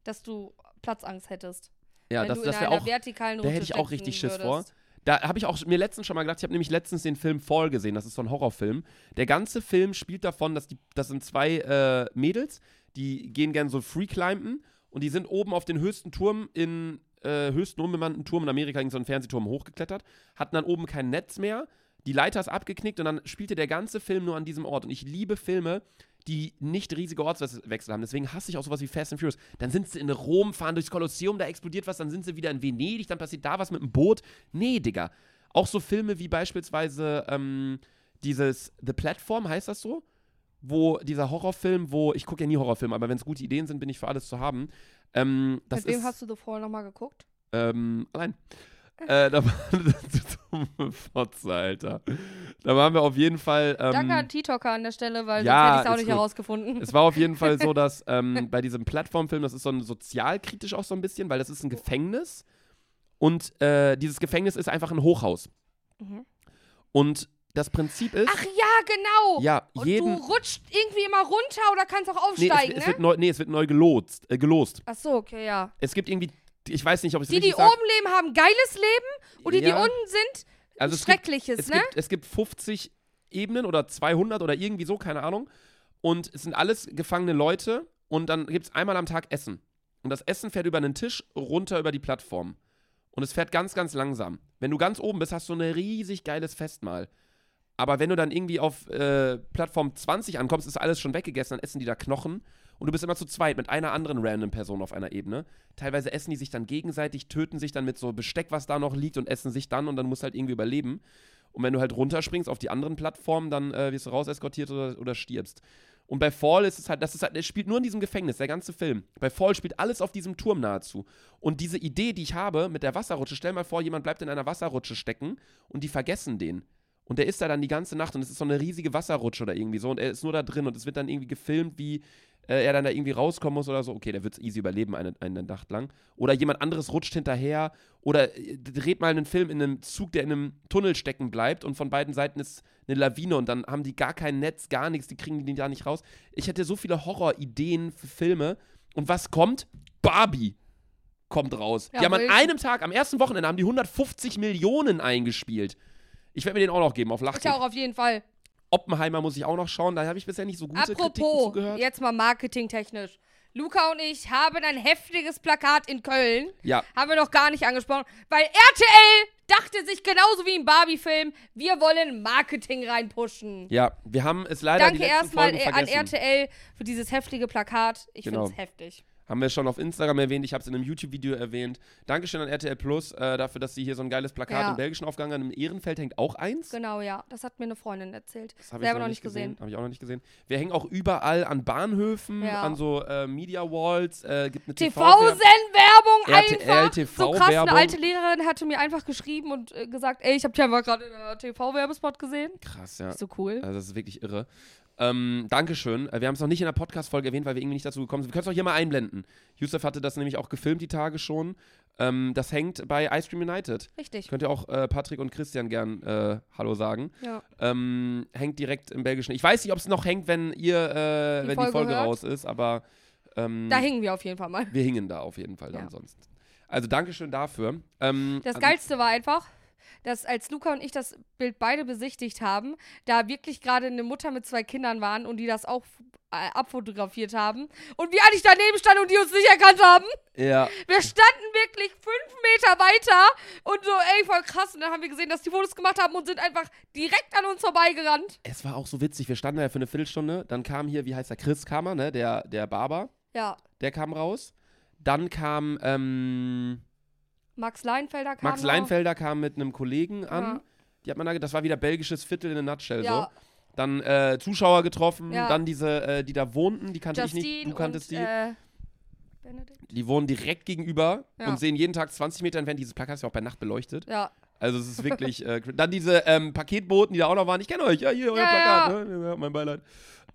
[SPEAKER 2] Dass du Platzangst hättest.
[SPEAKER 1] Ja,
[SPEAKER 2] wenn
[SPEAKER 1] das,
[SPEAKER 2] du in
[SPEAKER 1] das wäre
[SPEAKER 2] einer
[SPEAKER 1] auch.
[SPEAKER 2] vertikalen
[SPEAKER 1] Da
[SPEAKER 2] Rutsche
[SPEAKER 1] hätte ich auch
[SPEAKER 2] stecken
[SPEAKER 1] richtig Schiss vor.
[SPEAKER 2] würdest.
[SPEAKER 1] Da habe ich auch mir letztens schon mal gedacht, ich habe nämlich letztens den Film Fall gesehen, das ist so ein Horrorfilm. Der ganze Film spielt davon, dass die, das sind zwei äh, Mädels, die gehen gerne so Freeclimben und die sind oben auf den höchsten Turm in äh, höchsten unbemannten Turm in Amerika, irgend so einen Fernsehturm hochgeklettert, hatten dann oben kein Netz mehr, die Leiter ist abgeknickt und dann spielte der ganze Film nur an diesem Ort. Und ich liebe Filme, die nicht riesige Ortswechsel haben. Deswegen hasse ich auch sowas wie Fast and Furious. Dann sind sie in Rom, fahren durchs Kolosseum, da explodiert was, dann sind sie wieder in Venedig, dann passiert da was mit dem Boot. Nee, Digga. Auch so Filme wie beispielsweise ähm, dieses The Platform, heißt das so? Wo dieser Horrorfilm, wo, ich gucke ja nie Horrorfilme, aber wenn es gute Ideen sind, bin ich für alles zu haben. Ähm, das
[SPEAKER 2] Mit wem
[SPEAKER 1] ist,
[SPEAKER 2] hast du The Fall nochmal geguckt?
[SPEAKER 1] ähm, allein. Äh, da war das dumme Fotze, Alter. Da waren wir auf jeden Fall. Ähm,
[SPEAKER 2] Danke an T-Talker an der Stelle, weil
[SPEAKER 1] ja,
[SPEAKER 2] sonst hätte ich es auch
[SPEAKER 1] ist
[SPEAKER 2] nicht
[SPEAKER 1] gut.
[SPEAKER 2] herausgefunden.
[SPEAKER 1] es war auf jeden Fall so, dass ähm, bei diesem Plattformfilm, das ist so ein sozialkritisch auch so ein bisschen, weil das ist ein
[SPEAKER 2] Oh.
[SPEAKER 1] Gefängnis und äh, dieses Gefängnis ist einfach ein Hochhaus.
[SPEAKER 2] Mhm.
[SPEAKER 1] Und das Prinzip ist,
[SPEAKER 2] Ach ja, genau.
[SPEAKER 1] ja,
[SPEAKER 2] Und
[SPEAKER 1] jeden.
[SPEAKER 2] du rutscht irgendwie immer runter oder kannst auch
[SPEAKER 1] nee, es,
[SPEAKER 2] aufsteigen,
[SPEAKER 1] es
[SPEAKER 2] ne?
[SPEAKER 1] wird neu, nee, es wird neu gelotst, äh, gelost.
[SPEAKER 2] Ach so, okay, ja.
[SPEAKER 1] Es gibt irgendwie, ich weiß nicht, ob ich es
[SPEAKER 2] Die, die
[SPEAKER 1] richtig sag.
[SPEAKER 2] oben leben, haben geiles Leben und die, die
[SPEAKER 1] Ja.
[SPEAKER 2] unten sind,
[SPEAKER 1] Also es gibt-
[SPEAKER 2] schreckliches,
[SPEAKER 1] es
[SPEAKER 2] ne?
[SPEAKER 1] Gibt, es gibt 50 Ebenen oder 200 oder irgendwie so, keine Ahnung. Und es sind alles gefangene Leute. Und dann gibt es einmal am Tag Essen. Und das Essen fährt über einen Tisch runter über die Plattform. Und es fährt ganz, ganz langsam. Wenn du ganz oben bist, hast du ein riesig geiles Festmahl. Aber wenn du dann irgendwie auf äh, Plattform 20 ankommst, ist alles schon weggegessen, dann essen die da Knochen. Und du bist immer zu zweit mit einer anderen random Person auf einer Ebene. Teilweise essen die sich dann gegenseitig, töten sich dann mit so Besteck, was da noch liegt, und essen sich dann und dann musst du halt irgendwie überleben. Und wenn du halt runterspringst auf die anderen Plattformen, dann äh, wirst du raus eskortiert oder, oder stirbst. Und bei Fall ist es halt, das ist halt, es spielt nur in diesem Gefängnis, der ganze Film. Bei Fall spielt alles auf diesem Turm nahezu. Und diese Idee, die ich habe mit der Wasserrutsche, stell mal vor, jemand bleibt in einer Wasserrutsche stecken und die vergessen den. Und der ist da dann die ganze Nacht und es ist so eine riesige Wasserrutsche oder irgendwie so und er ist nur da drin und es wird dann irgendwie gefilmt, wie äh, er dann da irgendwie rauskommen muss oder so. Okay, der wird es easy überleben eine, eine Nacht lang. Oder jemand anderes rutscht hinterher oder äh, dreht mal einen Film in einem Zug, der in einem Tunnel stecken bleibt und von beiden Seiten ist eine Lawine und dann haben die gar kein Netz, gar nichts, die kriegen die da nicht raus. Ich hätte so viele Horrorideen für Filme. Und was kommt? Barbie kommt raus.
[SPEAKER 2] Ja,
[SPEAKER 1] die haben an
[SPEAKER 2] Wilson.
[SPEAKER 1] einem Tag, am ersten Wochenende, haben die 150 Millionen eingespielt. Ich werde mir den auch noch geben, auf
[SPEAKER 2] Ich auch
[SPEAKER 1] Lachkick.
[SPEAKER 2] auf jeden Fall.
[SPEAKER 1] Oppenheimer muss ich auch noch schauen, da habe ich bisher nicht so gute Kritiken
[SPEAKER 2] Apropos,
[SPEAKER 1] zugehört.
[SPEAKER 2] jetzt mal marketingtechnisch. Luca und ich haben ein heftiges Plakat in Köln.
[SPEAKER 1] Ja,
[SPEAKER 2] Haben wir noch gar nicht angesprochen, weil RTL dachte sich genauso wie im Barbie-Film, wir wollen Marketing reinpushen.
[SPEAKER 1] ja. Wir haben es leider
[SPEAKER 2] Danke
[SPEAKER 1] die letzten
[SPEAKER 2] erstmal
[SPEAKER 1] Folgen
[SPEAKER 2] äh, an
[SPEAKER 1] vergessen.
[SPEAKER 2] RTL für dieses heftige Plakat. Ich
[SPEAKER 1] Genau.
[SPEAKER 2] finde es heftig.
[SPEAKER 1] Haben wir schon auf Instagram erwähnt, ich habe es in einem YouTube-Video erwähnt. Dankeschön an RTL Plus äh, dafür, dass sie hier so ein geiles Plakat
[SPEAKER 2] Ja.
[SPEAKER 1] im belgischen Aufgang haben. Im Ehrenfeld hängt auch eins.
[SPEAKER 2] Genau, ja. Das hat mir eine Freundin erzählt.
[SPEAKER 1] Das habe ich
[SPEAKER 2] Selber
[SPEAKER 1] noch,
[SPEAKER 2] noch
[SPEAKER 1] nicht gesehen.
[SPEAKER 2] gesehen.
[SPEAKER 1] Habe ich auch noch nicht gesehen. Wir hängen auch überall an Bahnhöfen,
[SPEAKER 2] Ja.
[SPEAKER 1] an so äh, Media Walls, äh, gibt eine TV.
[SPEAKER 2] TV-Sendwerbung
[SPEAKER 1] RTL
[SPEAKER 2] einfach. so krass, eine
[SPEAKER 1] TV-Werbung.
[SPEAKER 2] alte Lehrerin hatte mir einfach geschrieben und äh, gesagt, ey, ich habe dich einfach gerade in der TV-Werbespot gesehen.
[SPEAKER 1] Krass, ja.
[SPEAKER 2] So cool.
[SPEAKER 1] Also das ist wirklich irre. Ähm, Dankeschön. Äh, Wir haben es noch nicht in der Podcast-Folge erwähnt, weil wir irgendwie nicht dazu gekommen sind. Wir können es auch hier mal einblenden. Yusuf hatte das nämlich auch gefilmt, die Tage schon. Ähm, das hängt bei Ice Cream United.
[SPEAKER 2] Richtig.
[SPEAKER 1] Könnt ihr auch äh, Patrick und Christian gern äh, Hallo sagen.
[SPEAKER 2] Ja.
[SPEAKER 1] Ähm, hängt direkt im belgischen. Ich weiß nicht, ob es noch hängt, wenn ihr, äh,
[SPEAKER 2] Die
[SPEAKER 1] wenn die
[SPEAKER 2] Folge
[SPEAKER 1] Folge
[SPEAKER 2] hört.
[SPEAKER 1] raus ist, aber ähm,
[SPEAKER 2] Da hingen wir auf jeden Fall mal.
[SPEAKER 1] wir hingen da auf jeden Fall dann
[SPEAKER 2] Ja.
[SPEAKER 1] sonst. Also Dankeschön dafür. Ähm,
[SPEAKER 2] Das
[SPEAKER 1] an-
[SPEAKER 2] Geilste war einfach, dass als Luca und ich das Bild beide besichtigt haben, da wirklich gerade eine Mutter mit zwei Kindern waren und die das auch äh, abfotografiert haben und wir eigentlich daneben standen und die uns nicht erkannt haben.
[SPEAKER 1] Ja,
[SPEAKER 2] Wir standen wirklich fünf Meter weiter und so, ey, voll krass. Und dann haben wir gesehen, dass die Fotos gemacht haben und sind einfach direkt an uns vorbeigerannt.
[SPEAKER 1] es war auch so witzig. Wir standen da ja für eine Viertelstunde. Dann kam hier, wie heißt der, Chris Kammer, ne? Der, der Barber,
[SPEAKER 2] Ja,
[SPEAKER 1] der kam raus. Dann kam ähm,
[SPEAKER 2] Max Leinfelder kam.
[SPEAKER 1] Max
[SPEAKER 2] noch.
[SPEAKER 1] Leinfelder kam mit einem Kollegen an.
[SPEAKER 2] Ja.
[SPEAKER 1] Die hat man da, ge- das war wieder belgisches Viertel in a nutshell so.
[SPEAKER 2] Ja,
[SPEAKER 1] Dann äh, Zuschauer getroffen,
[SPEAKER 2] Ja.
[SPEAKER 1] dann diese, äh, die da wohnten, die kannte
[SPEAKER 2] Justine
[SPEAKER 1] ich nicht, du kanntest
[SPEAKER 2] und,
[SPEAKER 1] die.
[SPEAKER 2] Äh, Benedikt.
[SPEAKER 1] die wohnen direkt gegenüber
[SPEAKER 2] Ja.
[SPEAKER 1] und sehen jeden Tag 20 Meter entfernt. Dieses Plakat ist ja auch bei Nacht beleuchtet.
[SPEAKER 2] Ja,
[SPEAKER 1] Also es ist wirklich. Äh, cr- dann diese ähm, Paketboten, die da auch noch waren. Ich kenne euch, ja, hier euer
[SPEAKER 2] Ja,
[SPEAKER 1] Plakat, ne? Ja, mein Beileid.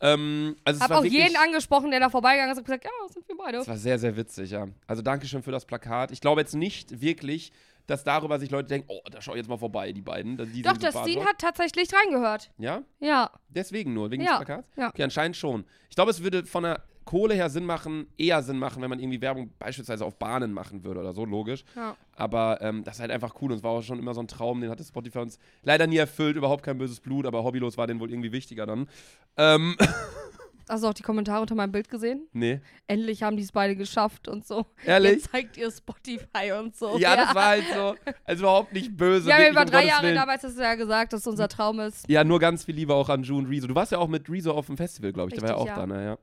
[SPEAKER 1] Ähm, also es
[SPEAKER 2] hab
[SPEAKER 1] war
[SPEAKER 2] auch
[SPEAKER 1] wirklich,
[SPEAKER 2] jeden angesprochen, der da vorbeigegangen ist und gesagt, ja, das sind wir beide.
[SPEAKER 1] Es war sehr, sehr witzig, ja. Also Dankeschön für das Plakat. Ich glaube jetzt nicht wirklich, dass darüber sich Leute denken, oh, da schau ich jetzt mal vorbei, die beiden. Die
[SPEAKER 2] Doch,
[SPEAKER 1] sind
[SPEAKER 2] das
[SPEAKER 1] gefahren
[SPEAKER 2] Dean
[SPEAKER 1] worden.
[SPEAKER 2] hat tatsächlich reingehört.
[SPEAKER 1] Ja?
[SPEAKER 2] Ja,
[SPEAKER 1] Deswegen nur, wegen
[SPEAKER 2] Ja,
[SPEAKER 1] des Plakats?
[SPEAKER 2] ja.
[SPEAKER 1] Okay, anscheinend schon. Ich glaube, es würde von der Kohle her Sinn machen, eher Sinn machen, wenn man irgendwie Werbung beispielsweise auf Bahnen machen würde oder so, logisch.
[SPEAKER 2] Ja.
[SPEAKER 1] Aber ähm, das ist halt einfach cool und es war auch schon immer so ein Traum, den hatte Spotify uns leider nie erfüllt, überhaupt kein böses Blut, aber hobbylos war den wohl irgendwie wichtiger dann. Ähm,
[SPEAKER 2] Hast du auch die Kommentare unter meinem Bild gesehen?
[SPEAKER 1] nee,
[SPEAKER 2] Endlich haben die es beide geschafft und so.
[SPEAKER 1] ehrlich?
[SPEAKER 2] Jetzt zeigt ihr Spotify und so.
[SPEAKER 1] Ja, das war halt so, also überhaupt nicht böse.
[SPEAKER 2] Wir haben Oh ja
[SPEAKER 1] wirklich,
[SPEAKER 2] über
[SPEAKER 1] um
[SPEAKER 2] drei
[SPEAKER 1] Gottes
[SPEAKER 2] Jahre
[SPEAKER 1] Willen. Hm.
[SPEAKER 2] damals, hast du ja gesagt, dass unser Traum ist.
[SPEAKER 1] Ja, nur ganz viel Liebe auch an Ju und Rezo. Du warst ja auch mit Rezo auf dem Festival, glaube ich. der war ja auch
[SPEAKER 2] Richtig, ja.
[SPEAKER 1] da, naja.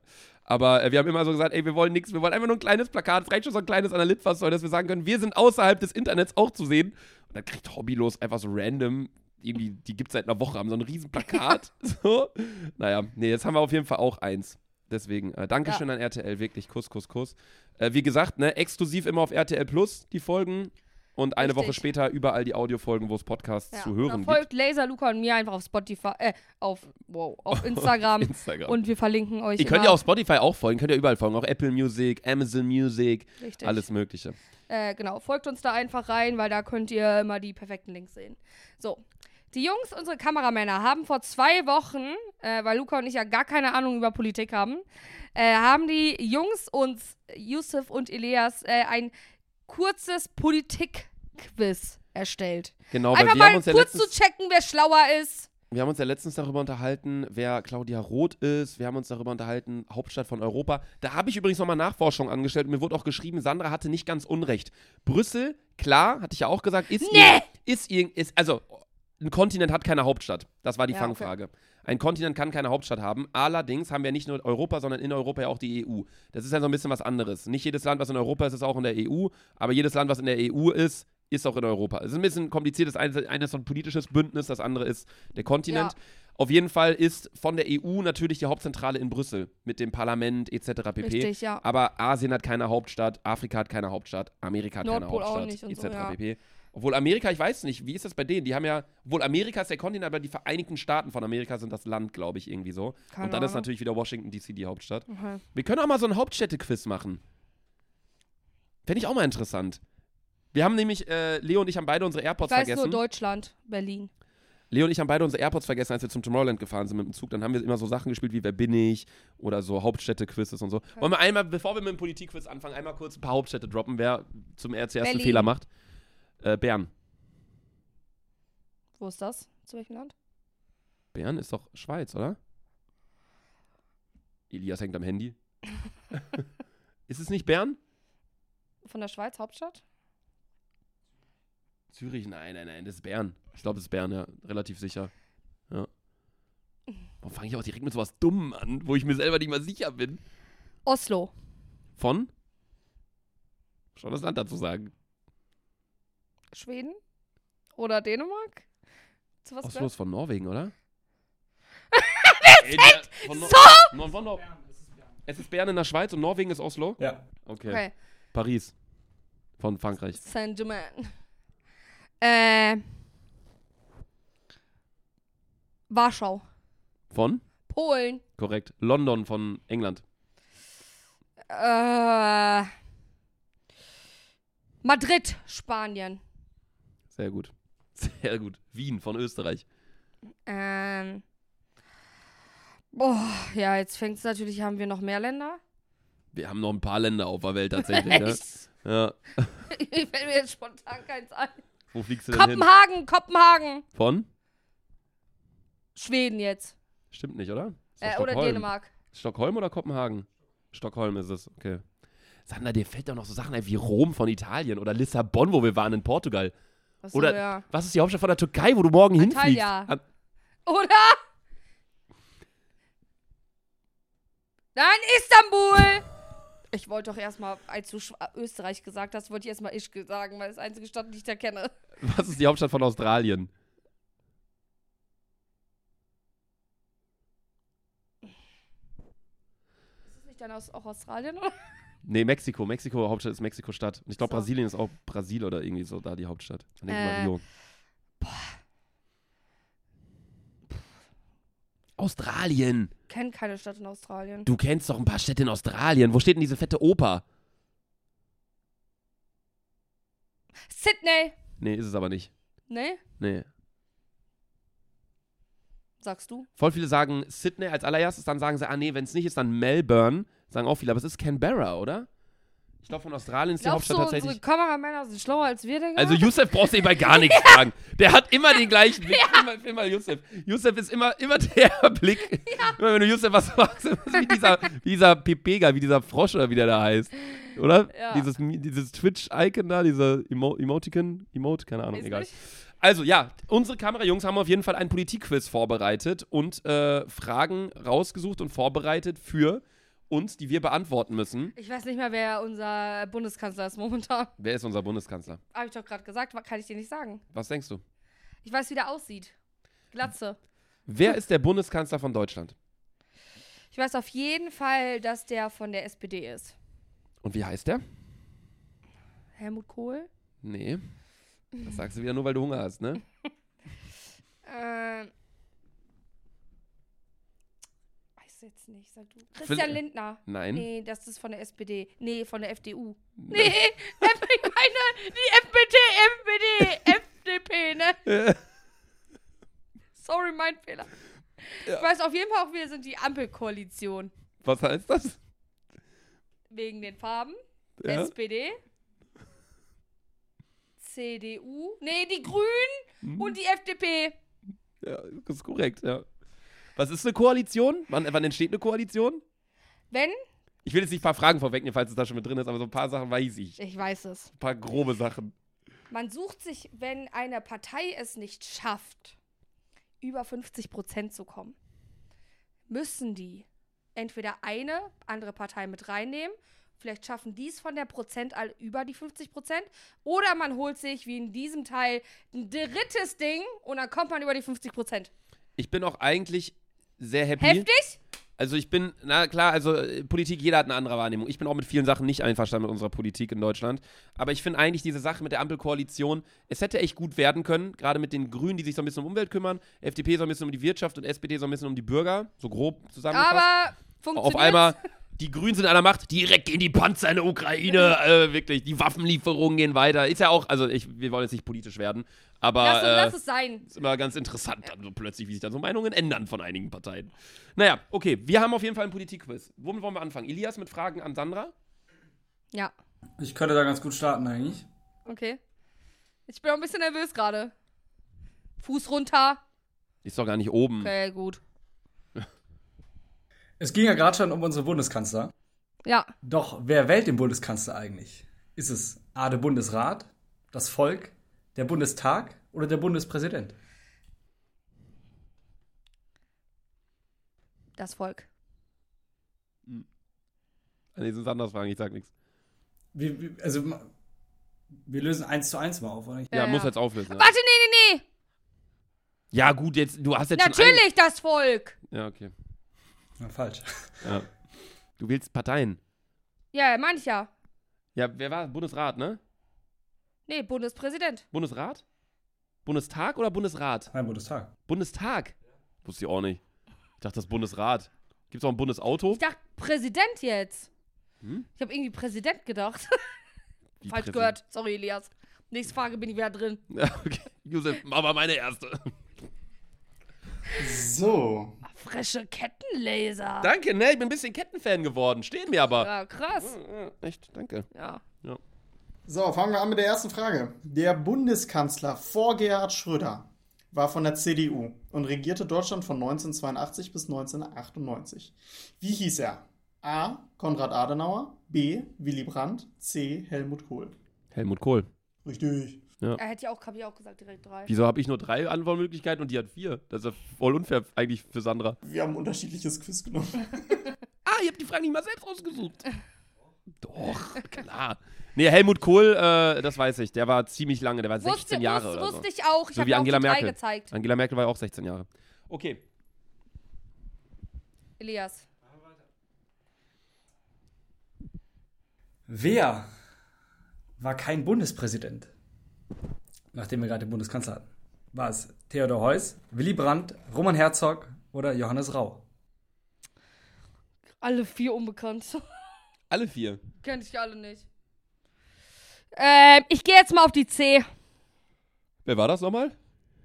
[SPEAKER 1] Aber äh, wir haben immer so gesagt, ey, wir wollen nichts, wir wollen einfach nur ein kleines Plakat, vielleicht schon so ein kleines Analyt, was soll, dass wir sagen können, wir sind außerhalb des Internets auch zu sehen. Und dann kriegt Hobbylos einfach so random, irgendwie, die gibt es seit einer Woche, haben so ein riesen Plakat. So. Naja, nee, jetzt haben wir auf jeden Fall auch eins. Deswegen, äh, Dankeschön an RTL, wirklich, Kuss, Kuss, Kuss. Äh, wie gesagt, ne, exklusiv immer auf RTL Plus die Folgen und eine
[SPEAKER 2] Richtig.
[SPEAKER 1] Woche später überall die Audiofolgen, wo es Podcasts
[SPEAKER 2] Ja.
[SPEAKER 1] zu
[SPEAKER 2] Da
[SPEAKER 1] hören um gibt.
[SPEAKER 2] folgt Laser, Luca und mir einfach auf Spotify, äh, auf, wow, auf Instagram.
[SPEAKER 1] Instagram.
[SPEAKER 2] Und wir verlinken euch.
[SPEAKER 1] Ihr könnt
[SPEAKER 2] immer.
[SPEAKER 1] ja auf Spotify auch folgen, könnt ihr überall folgen, auch Apple Music, Amazon Music,
[SPEAKER 2] Richtig.
[SPEAKER 1] alles Mögliche.
[SPEAKER 2] Äh, genau, folgt uns da einfach rein, weil da könnt ihr immer die perfekten Links sehen. So. Die Jungs, unsere Kameramänner, haben vor zwei Wochen, äh, weil Luca und ich ja gar keine Ahnung über Politik haben, äh, haben die Jungs uns, Yusuf und Elias, äh, ein kurzes Politik-Quiz erstellt.
[SPEAKER 1] Genau, weil
[SPEAKER 2] Einfach
[SPEAKER 1] wir haben,
[SPEAKER 2] mal
[SPEAKER 1] uns ja
[SPEAKER 2] kurz zu
[SPEAKER 1] letztens,
[SPEAKER 2] checken, wer schlauer ist.
[SPEAKER 1] wir haben uns ja letztens darüber unterhalten, wer Claudia Roth ist, wir haben uns darüber unterhalten, Hauptstadt von Europa. Da habe ich übrigens nochmal Nachforschung angestellt und mir wurde auch geschrieben, Sandra hatte nicht ganz Unrecht. Brüssel, klar, hatte ich ja auch gesagt, ist,
[SPEAKER 2] Nee!
[SPEAKER 1] irgend- ist, irgend- ist also ein Kontinent hat keine Hauptstadt. Das war die
[SPEAKER 2] Ja, okay.
[SPEAKER 1] Fangfrage. Ein Kontinent kann keine Hauptstadt haben. Allerdings haben wir nicht nur Europa, sondern in Europa ja auch die EU. Das ist ja so ein bisschen was anderes. Nicht jedes Land, was in Europa ist, ist auch in der EU. Aber jedes Land, was in der EU ist, ist auch in Europa. Es ist ein bisschen kompliziert. Das eine eine ist so ein politisches Bündnis, das andere ist der Kontinent.
[SPEAKER 2] Ja.
[SPEAKER 1] Auf jeden Fall ist von der EU natürlich die Hauptzentrale in Brüssel mit dem Parlament etc. pp.
[SPEAKER 2] Richtig, ja.
[SPEAKER 1] Aber Asien hat keine Hauptstadt, Afrika hat keine Hauptstadt, Amerika hat
[SPEAKER 2] Nordpol
[SPEAKER 1] keine
[SPEAKER 2] auch
[SPEAKER 1] Hauptstadt
[SPEAKER 2] nicht und
[SPEAKER 1] etc.
[SPEAKER 2] so, ja.
[SPEAKER 1] pp. Obwohl Amerika, ich weiß nicht, wie ist das bei denen? Die haben ja, obwohl Amerika ist der Kontinent, aber die Vereinigten Staaten von Amerika sind das Land, glaube ich, irgendwie so.
[SPEAKER 2] Keine
[SPEAKER 1] und dann ist
[SPEAKER 2] Ahnung.
[SPEAKER 1] natürlich wieder Washington DC die Hauptstadt.
[SPEAKER 2] Okay.
[SPEAKER 1] Wir können auch mal so ein Hauptstädte-Quiz machen. Fände ich auch mal interessant. Wir haben nämlich, äh, Leo und ich haben beide unsere
[SPEAKER 2] Ich
[SPEAKER 1] AirPods
[SPEAKER 2] weiß nur
[SPEAKER 1] vergessen.
[SPEAKER 2] Deutschland, Berlin.
[SPEAKER 1] Leo und ich haben beide unsere AirPods vergessen, als wir zum Tomorrowland gefahren sind mit dem Zug. Dann haben wir immer so Sachen gespielt wie Wer bin ich oder so Hauptstädte-Quizzes und so. Wollen wir einmal, bevor wir mit dem Politik-Quiz anfangen, einmal kurz ein paar Hauptstädte droppen, wer zum zuerst einen
[SPEAKER 2] Berlin.
[SPEAKER 1] Fehler macht? Äh, Bern.
[SPEAKER 2] Wo ist das? Zu welchem Land?
[SPEAKER 1] Bern ist doch Schweiz, oder? Elias hängt am Handy. Ist es nicht Bern?
[SPEAKER 2] Von der Schweiz, Hauptstadt?
[SPEAKER 1] Zürich, nein, nein, nein, das ist Bern. Ich glaube, das ist Bern, ja, relativ sicher. Ja. Warum fange ich auch direkt mit sowas Dummem an, wo ich mir selber nicht mal sicher bin?
[SPEAKER 2] Oslo.
[SPEAKER 1] Von? Schau das Land dazu sagen.
[SPEAKER 2] Schweden? Oder Dänemark? Zu was
[SPEAKER 1] Oslo
[SPEAKER 2] gehört?
[SPEAKER 1] ist von Norwegen, oder? Ey, der- von Nor- Nor- von Nor- Es ist Bern in der Schweiz und Norwegen ist Oslo?
[SPEAKER 4] Ja.
[SPEAKER 1] Okay.
[SPEAKER 2] Okay.
[SPEAKER 1] Paris. Von Frankreich.
[SPEAKER 2] Saint-Germain. Äh. Warschau.
[SPEAKER 1] Von?
[SPEAKER 2] Polen.
[SPEAKER 1] Korrekt. London von England.
[SPEAKER 2] Äh. Madrid, Spanien.
[SPEAKER 1] Sehr gut. Sehr gut. Wien von Österreich.
[SPEAKER 2] Ähm. Boah, ja, jetzt fängt es natürlich, haben wir noch mehr Länder.
[SPEAKER 1] Wir haben noch ein paar Länder auf der Welt tatsächlich. ne?
[SPEAKER 2] Echt?
[SPEAKER 1] Ja.
[SPEAKER 2] Ich fällt mir jetzt spontan keins ein.
[SPEAKER 1] Wo fliegst du denn hin?
[SPEAKER 2] Kopenhagen, Kopenhagen.
[SPEAKER 1] Von?
[SPEAKER 2] Schweden jetzt.
[SPEAKER 1] Stimmt nicht, oder? Ist doch
[SPEAKER 2] Äh, oder
[SPEAKER 1] Stockholm.
[SPEAKER 2] Dänemark.
[SPEAKER 1] Stockholm oder Kopenhagen? Stockholm ist es, okay. Sander, dir fällt doch noch so Sachen ein wie Rom von Italien oder Lissabon, wo wir waren in Portugal.
[SPEAKER 2] Achso,
[SPEAKER 1] Oder-
[SPEAKER 2] ja.
[SPEAKER 1] Was ist die Hauptstadt von der Türkei, wo du morgen hinfliegst?
[SPEAKER 2] Antalya.
[SPEAKER 1] An-
[SPEAKER 2] Oder? Nein, Istanbul! Ich wollte doch erstmal, als du Schwa- Österreich gesagt hast, wollte ich erstmal ich ge- sagen, weil das einzige Stadt, die ich da kenne.
[SPEAKER 1] Was ist die Hauptstadt von Australien?
[SPEAKER 2] Ist das nicht dann aus, auch Australien, oder?
[SPEAKER 1] Nee, Mexiko. Mexiko, Hauptstadt ist Mexiko-Stadt. Und ich glaube,
[SPEAKER 2] So.
[SPEAKER 1] Brasilien ist auch Brasil oder irgendwie so da die Hauptstadt. Dann denk ich mal
[SPEAKER 2] Äh,
[SPEAKER 1] Rio. Australien.
[SPEAKER 2] Kenne keine Stadt in Australien.
[SPEAKER 1] Du kennst doch ein paar Städte in Australien. Wo steht denn diese fette Oper?
[SPEAKER 2] Sydney!
[SPEAKER 1] Nee, ist es aber nicht.
[SPEAKER 2] Nee,
[SPEAKER 1] Nee.
[SPEAKER 2] sagst du?
[SPEAKER 1] Voll viele sagen Sydney als allererstes, dann sagen sie, ah nee, wenn es nicht ist, dann Melbourne. Sagen auch viele, aber es ist Canberra, oder? Ich glaube, von Australien ist die
[SPEAKER 2] Glaubst
[SPEAKER 1] Hauptstadt
[SPEAKER 2] du, unsere
[SPEAKER 1] tatsächlich.
[SPEAKER 2] Kameramänner sind schlauer als wir, Digga?
[SPEAKER 1] Also Youssef brauchst du eh bei gar nichts fragen. Der hat immer den gleichen Blick. Immer, immer Youssef. Youssef ist immer, immer der Blick. Immer wenn du Youssef was fragst, ist es wie dieser, wie dieser Pepega, wie dieser Frosch oder wie der da heißt. Oder?
[SPEAKER 2] Ja.
[SPEAKER 1] Dieses, dieses Twitch-Icon da, dieser Emo Emoticon, Emote, keine Ahnung,
[SPEAKER 2] Weiß
[SPEAKER 1] egal.
[SPEAKER 2] nicht.
[SPEAKER 1] Also ja, unsere Kamerajungs haben auf jeden Fall einen Politikquiz vorbereitet und äh, Fragen rausgesucht und vorbereitet für uns, die wir beantworten müssen.
[SPEAKER 2] Ich weiß nicht mehr, wer unser Bundeskanzler ist momentan.
[SPEAKER 1] Wer ist unser Bundeskanzler?
[SPEAKER 2] Habe ich doch gerade gesagt, kann ich dir nicht sagen.
[SPEAKER 1] Was denkst du?
[SPEAKER 2] Ich weiß, wie der aussieht. Glatze.
[SPEAKER 1] Wer ist der Bundeskanzler von Deutschland?
[SPEAKER 2] Ich weiß auf jeden Fall, dass der von der SPD ist.
[SPEAKER 1] Und wie heißt der?
[SPEAKER 2] Helmut Kohl?
[SPEAKER 1] Nee. Das sagst du wieder nur, weil du Hunger hast, ne?
[SPEAKER 2] Ähm. Weiß jetzt nicht, sag du. Christian Lindner.
[SPEAKER 1] Nein.
[SPEAKER 2] Nee, das ist von der SPD. Nee, von der FDU. Nee, F ich meine, die FPD, FPD, FDP, ne? Sorry, mein Fehler. Ich weiß auf jeden Fall auch, wir sind die Ampelkoalition.
[SPEAKER 1] Was heißt das?
[SPEAKER 2] Wegen den Farben.
[SPEAKER 1] Ja.
[SPEAKER 2] SPD. CDU. Nee, die Grünen und die FDP.
[SPEAKER 1] ja, ist korrekt, ja. Was ist eine Koalition? Wann, wann entsteht eine Koalition?
[SPEAKER 2] Wenn?
[SPEAKER 1] Ich will jetzt nicht ein paar Fragen vorwegnehmen, falls es da schon mit drin ist, aber so ein paar Sachen weiß ich.
[SPEAKER 2] Ich weiß es.
[SPEAKER 1] Ein paar grobe Sachen.
[SPEAKER 2] Man sucht sich, wenn eine Partei es nicht schafft, über 50 Prozent zu kommen, müssen die entweder eine andere Partei mit reinnehmen, vielleicht schaffen die es von der Prozentzahl über die 50 Prozent, oder man holt sich, wie in diesem Teil, ein drittes Ding und dann kommt man über die 50 Prozent.
[SPEAKER 1] Ich bin auch eigentlich sehr happy.
[SPEAKER 2] Heftig?
[SPEAKER 1] Also ich bin, na klar, also äh, Politik, jeder hat eine andere Wahrnehmung. Ich bin auch mit vielen Sachen nicht einverstanden mit unserer Politik in Deutschland. Aber ich finde eigentlich diese Sache mit der Ampelkoalition, es hätte echt gut werden können, gerade mit den Grünen, die sich so ein bisschen um Umwelt kümmern, FDP so ein bisschen um die Wirtschaft und SPD so ein bisschen um die Bürger, so grob zusammengefasst.
[SPEAKER 2] Aber funktioniert.
[SPEAKER 1] Auf einmal, die Grünen sind an der Macht, direkt gehen die Panzer in die Ukraine, äh, wirklich, die Waffenlieferungen gehen weiter. Ist ja auch, also ich, wir wollen jetzt nicht politisch werden, aber...
[SPEAKER 2] Lass,
[SPEAKER 1] äh,
[SPEAKER 2] lass es sein.
[SPEAKER 1] ist immer ganz interessant, dann so plötzlich, wie sich dann so Meinungen ändern von einigen Parteien. Naja, okay, wir haben auf jeden Fall einen Politikquiz. Womit wollen wir anfangen? Elias mit Fragen an Sandra?
[SPEAKER 2] Ja,
[SPEAKER 4] Ich könnte da ganz gut starten eigentlich.
[SPEAKER 2] okay. Ich bin auch ein bisschen nervös gerade. Fuß runter.
[SPEAKER 1] Ist doch gar nicht oben.
[SPEAKER 2] Okay, gut.
[SPEAKER 4] Es ging ja gerade schon um unsere Bundeskanzler.
[SPEAKER 2] Ja,
[SPEAKER 4] Doch wer wählt den Bundeskanzler eigentlich? Ist es A, der Bundesrat, das Volk, der Bundestag oder der Bundespräsident?
[SPEAKER 2] das Volk.
[SPEAKER 1] Nee, sonst anders fragen, ich sag nichts.
[SPEAKER 4] Wie, wie, also, ma- wir lösen eins zu eins mal auf, oder nicht?
[SPEAKER 1] Ja,
[SPEAKER 2] Ja,
[SPEAKER 1] muss
[SPEAKER 2] ja.
[SPEAKER 1] jetzt auflösen. Ja.
[SPEAKER 2] Warte, nee, nee, nee.
[SPEAKER 1] ja, gut, jetzt, du hast jetzt schon.
[SPEAKER 2] Natürlich das Volk.
[SPEAKER 1] ein- Ja, okay.
[SPEAKER 4] Ja, falsch.
[SPEAKER 1] Ja. Du wählst Parteien.
[SPEAKER 2] Ja, meine ich ja.
[SPEAKER 1] Ja, wer war? Bundesrat, ne?
[SPEAKER 2] Nee, Bundespräsident.
[SPEAKER 1] Bundesrat? Bundestag oder Bundesrat?
[SPEAKER 4] Nein, Bundestag.
[SPEAKER 1] Bundestag. Wusste ich auch nicht. Ich dachte, das Bundesrat. Gibt's auch ein Bundesauto?
[SPEAKER 2] Ich dachte Präsident jetzt.
[SPEAKER 1] Hm?
[SPEAKER 2] Ich habe irgendwie Präsident gedacht.
[SPEAKER 1] Wie
[SPEAKER 2] Falsch
[SPEAKER 1] Präsi-
[SPEAKER 2] gehört. Sorry, Elias. Nächste Frage bin ich wieder drin.
[SPEAKER 1] Ja, okay. Josef, mach mal meine erste.
[SPEAKER 5] So.
[SPEAKER 2] Frische Kettenlaser.
[SPEAKER 1] Danke, ne? Ich bin ein bisschen Kettenfan geworden. Stehen mir aber.
[SPEAKER 2] Ja, krass.
[SPEAKER 1] Ja, Echt, danke.
[SPEAKER 2] Ja.
[SPEAKER 5] So, fangen wir an mit der ersten Frage. Der Bundeskanzler vor Gerhard Schröder war von der CDU und regierte Deutschland von 1982 bis 1998. Wie hieß er? A. Konrad Adenauer, B. Willy Brandt, C. Helmut Kohl.
[SPEAKER 1] Helmut Kohl.
[SPEAKER 5] Richtig.
[SPEAKER 2] Er hätte ich auch, habe ich auch gesagt, direkt drei.
[SPEAKER 1] Wieso habe ich nur drei Antwortmöglichkeiten und die hat vier? Das ist ja voll unfair eigentlich für Sandra.
[SPEAKER 5] Wir haben ein unterschiedliches Quiz genommen.
[SPEAKER 1] Ah, ihr habt die Frage nicht mal selbst ausgesucht. Doch, klar. Nee, Helmut Kohl, äh, das weiß ich. Der war ziemlich lange, der war 16
[SPEAKER 2] wusste,
[SPEAKER 1] Jahre
[SPEAKER 2] wusste,
[SPEAKER 1] oder so.
[SPEAKER 2] wusste ich auch. Ich
[SPEAKER 1] So
[SPEAKER 2] habe
[SPEAKER 1] wie
[SPEAKER 2] ja auch
[SPEAKER 1] Angela
[SPEAKER 2] die drei
[SPEAKER 1] Merkel.
[SPEAKER 2] gezeigt.
[SPEAKER 1] Angela Merkel war ja auch 16 Jahre. Okay.
[SPEAKER 2] Elias.
[SPEAKER 4] Wer war kein Bundespräsident, nachdem wir gerade den Bundeskanzler hatten? War es Theodor Heuss, Willy Brandt, Roman Herzog oder Johannes Rau?
[SPEAKER 2] Alle vier unbekannt.
[SPEAKER 1] Alle vier.
[SPEAKER 2] Kenn ich alle nicht. Ähm, ich gehe jetzt mal auf die C.
[SPEAKER 1] Wer war das nochmal?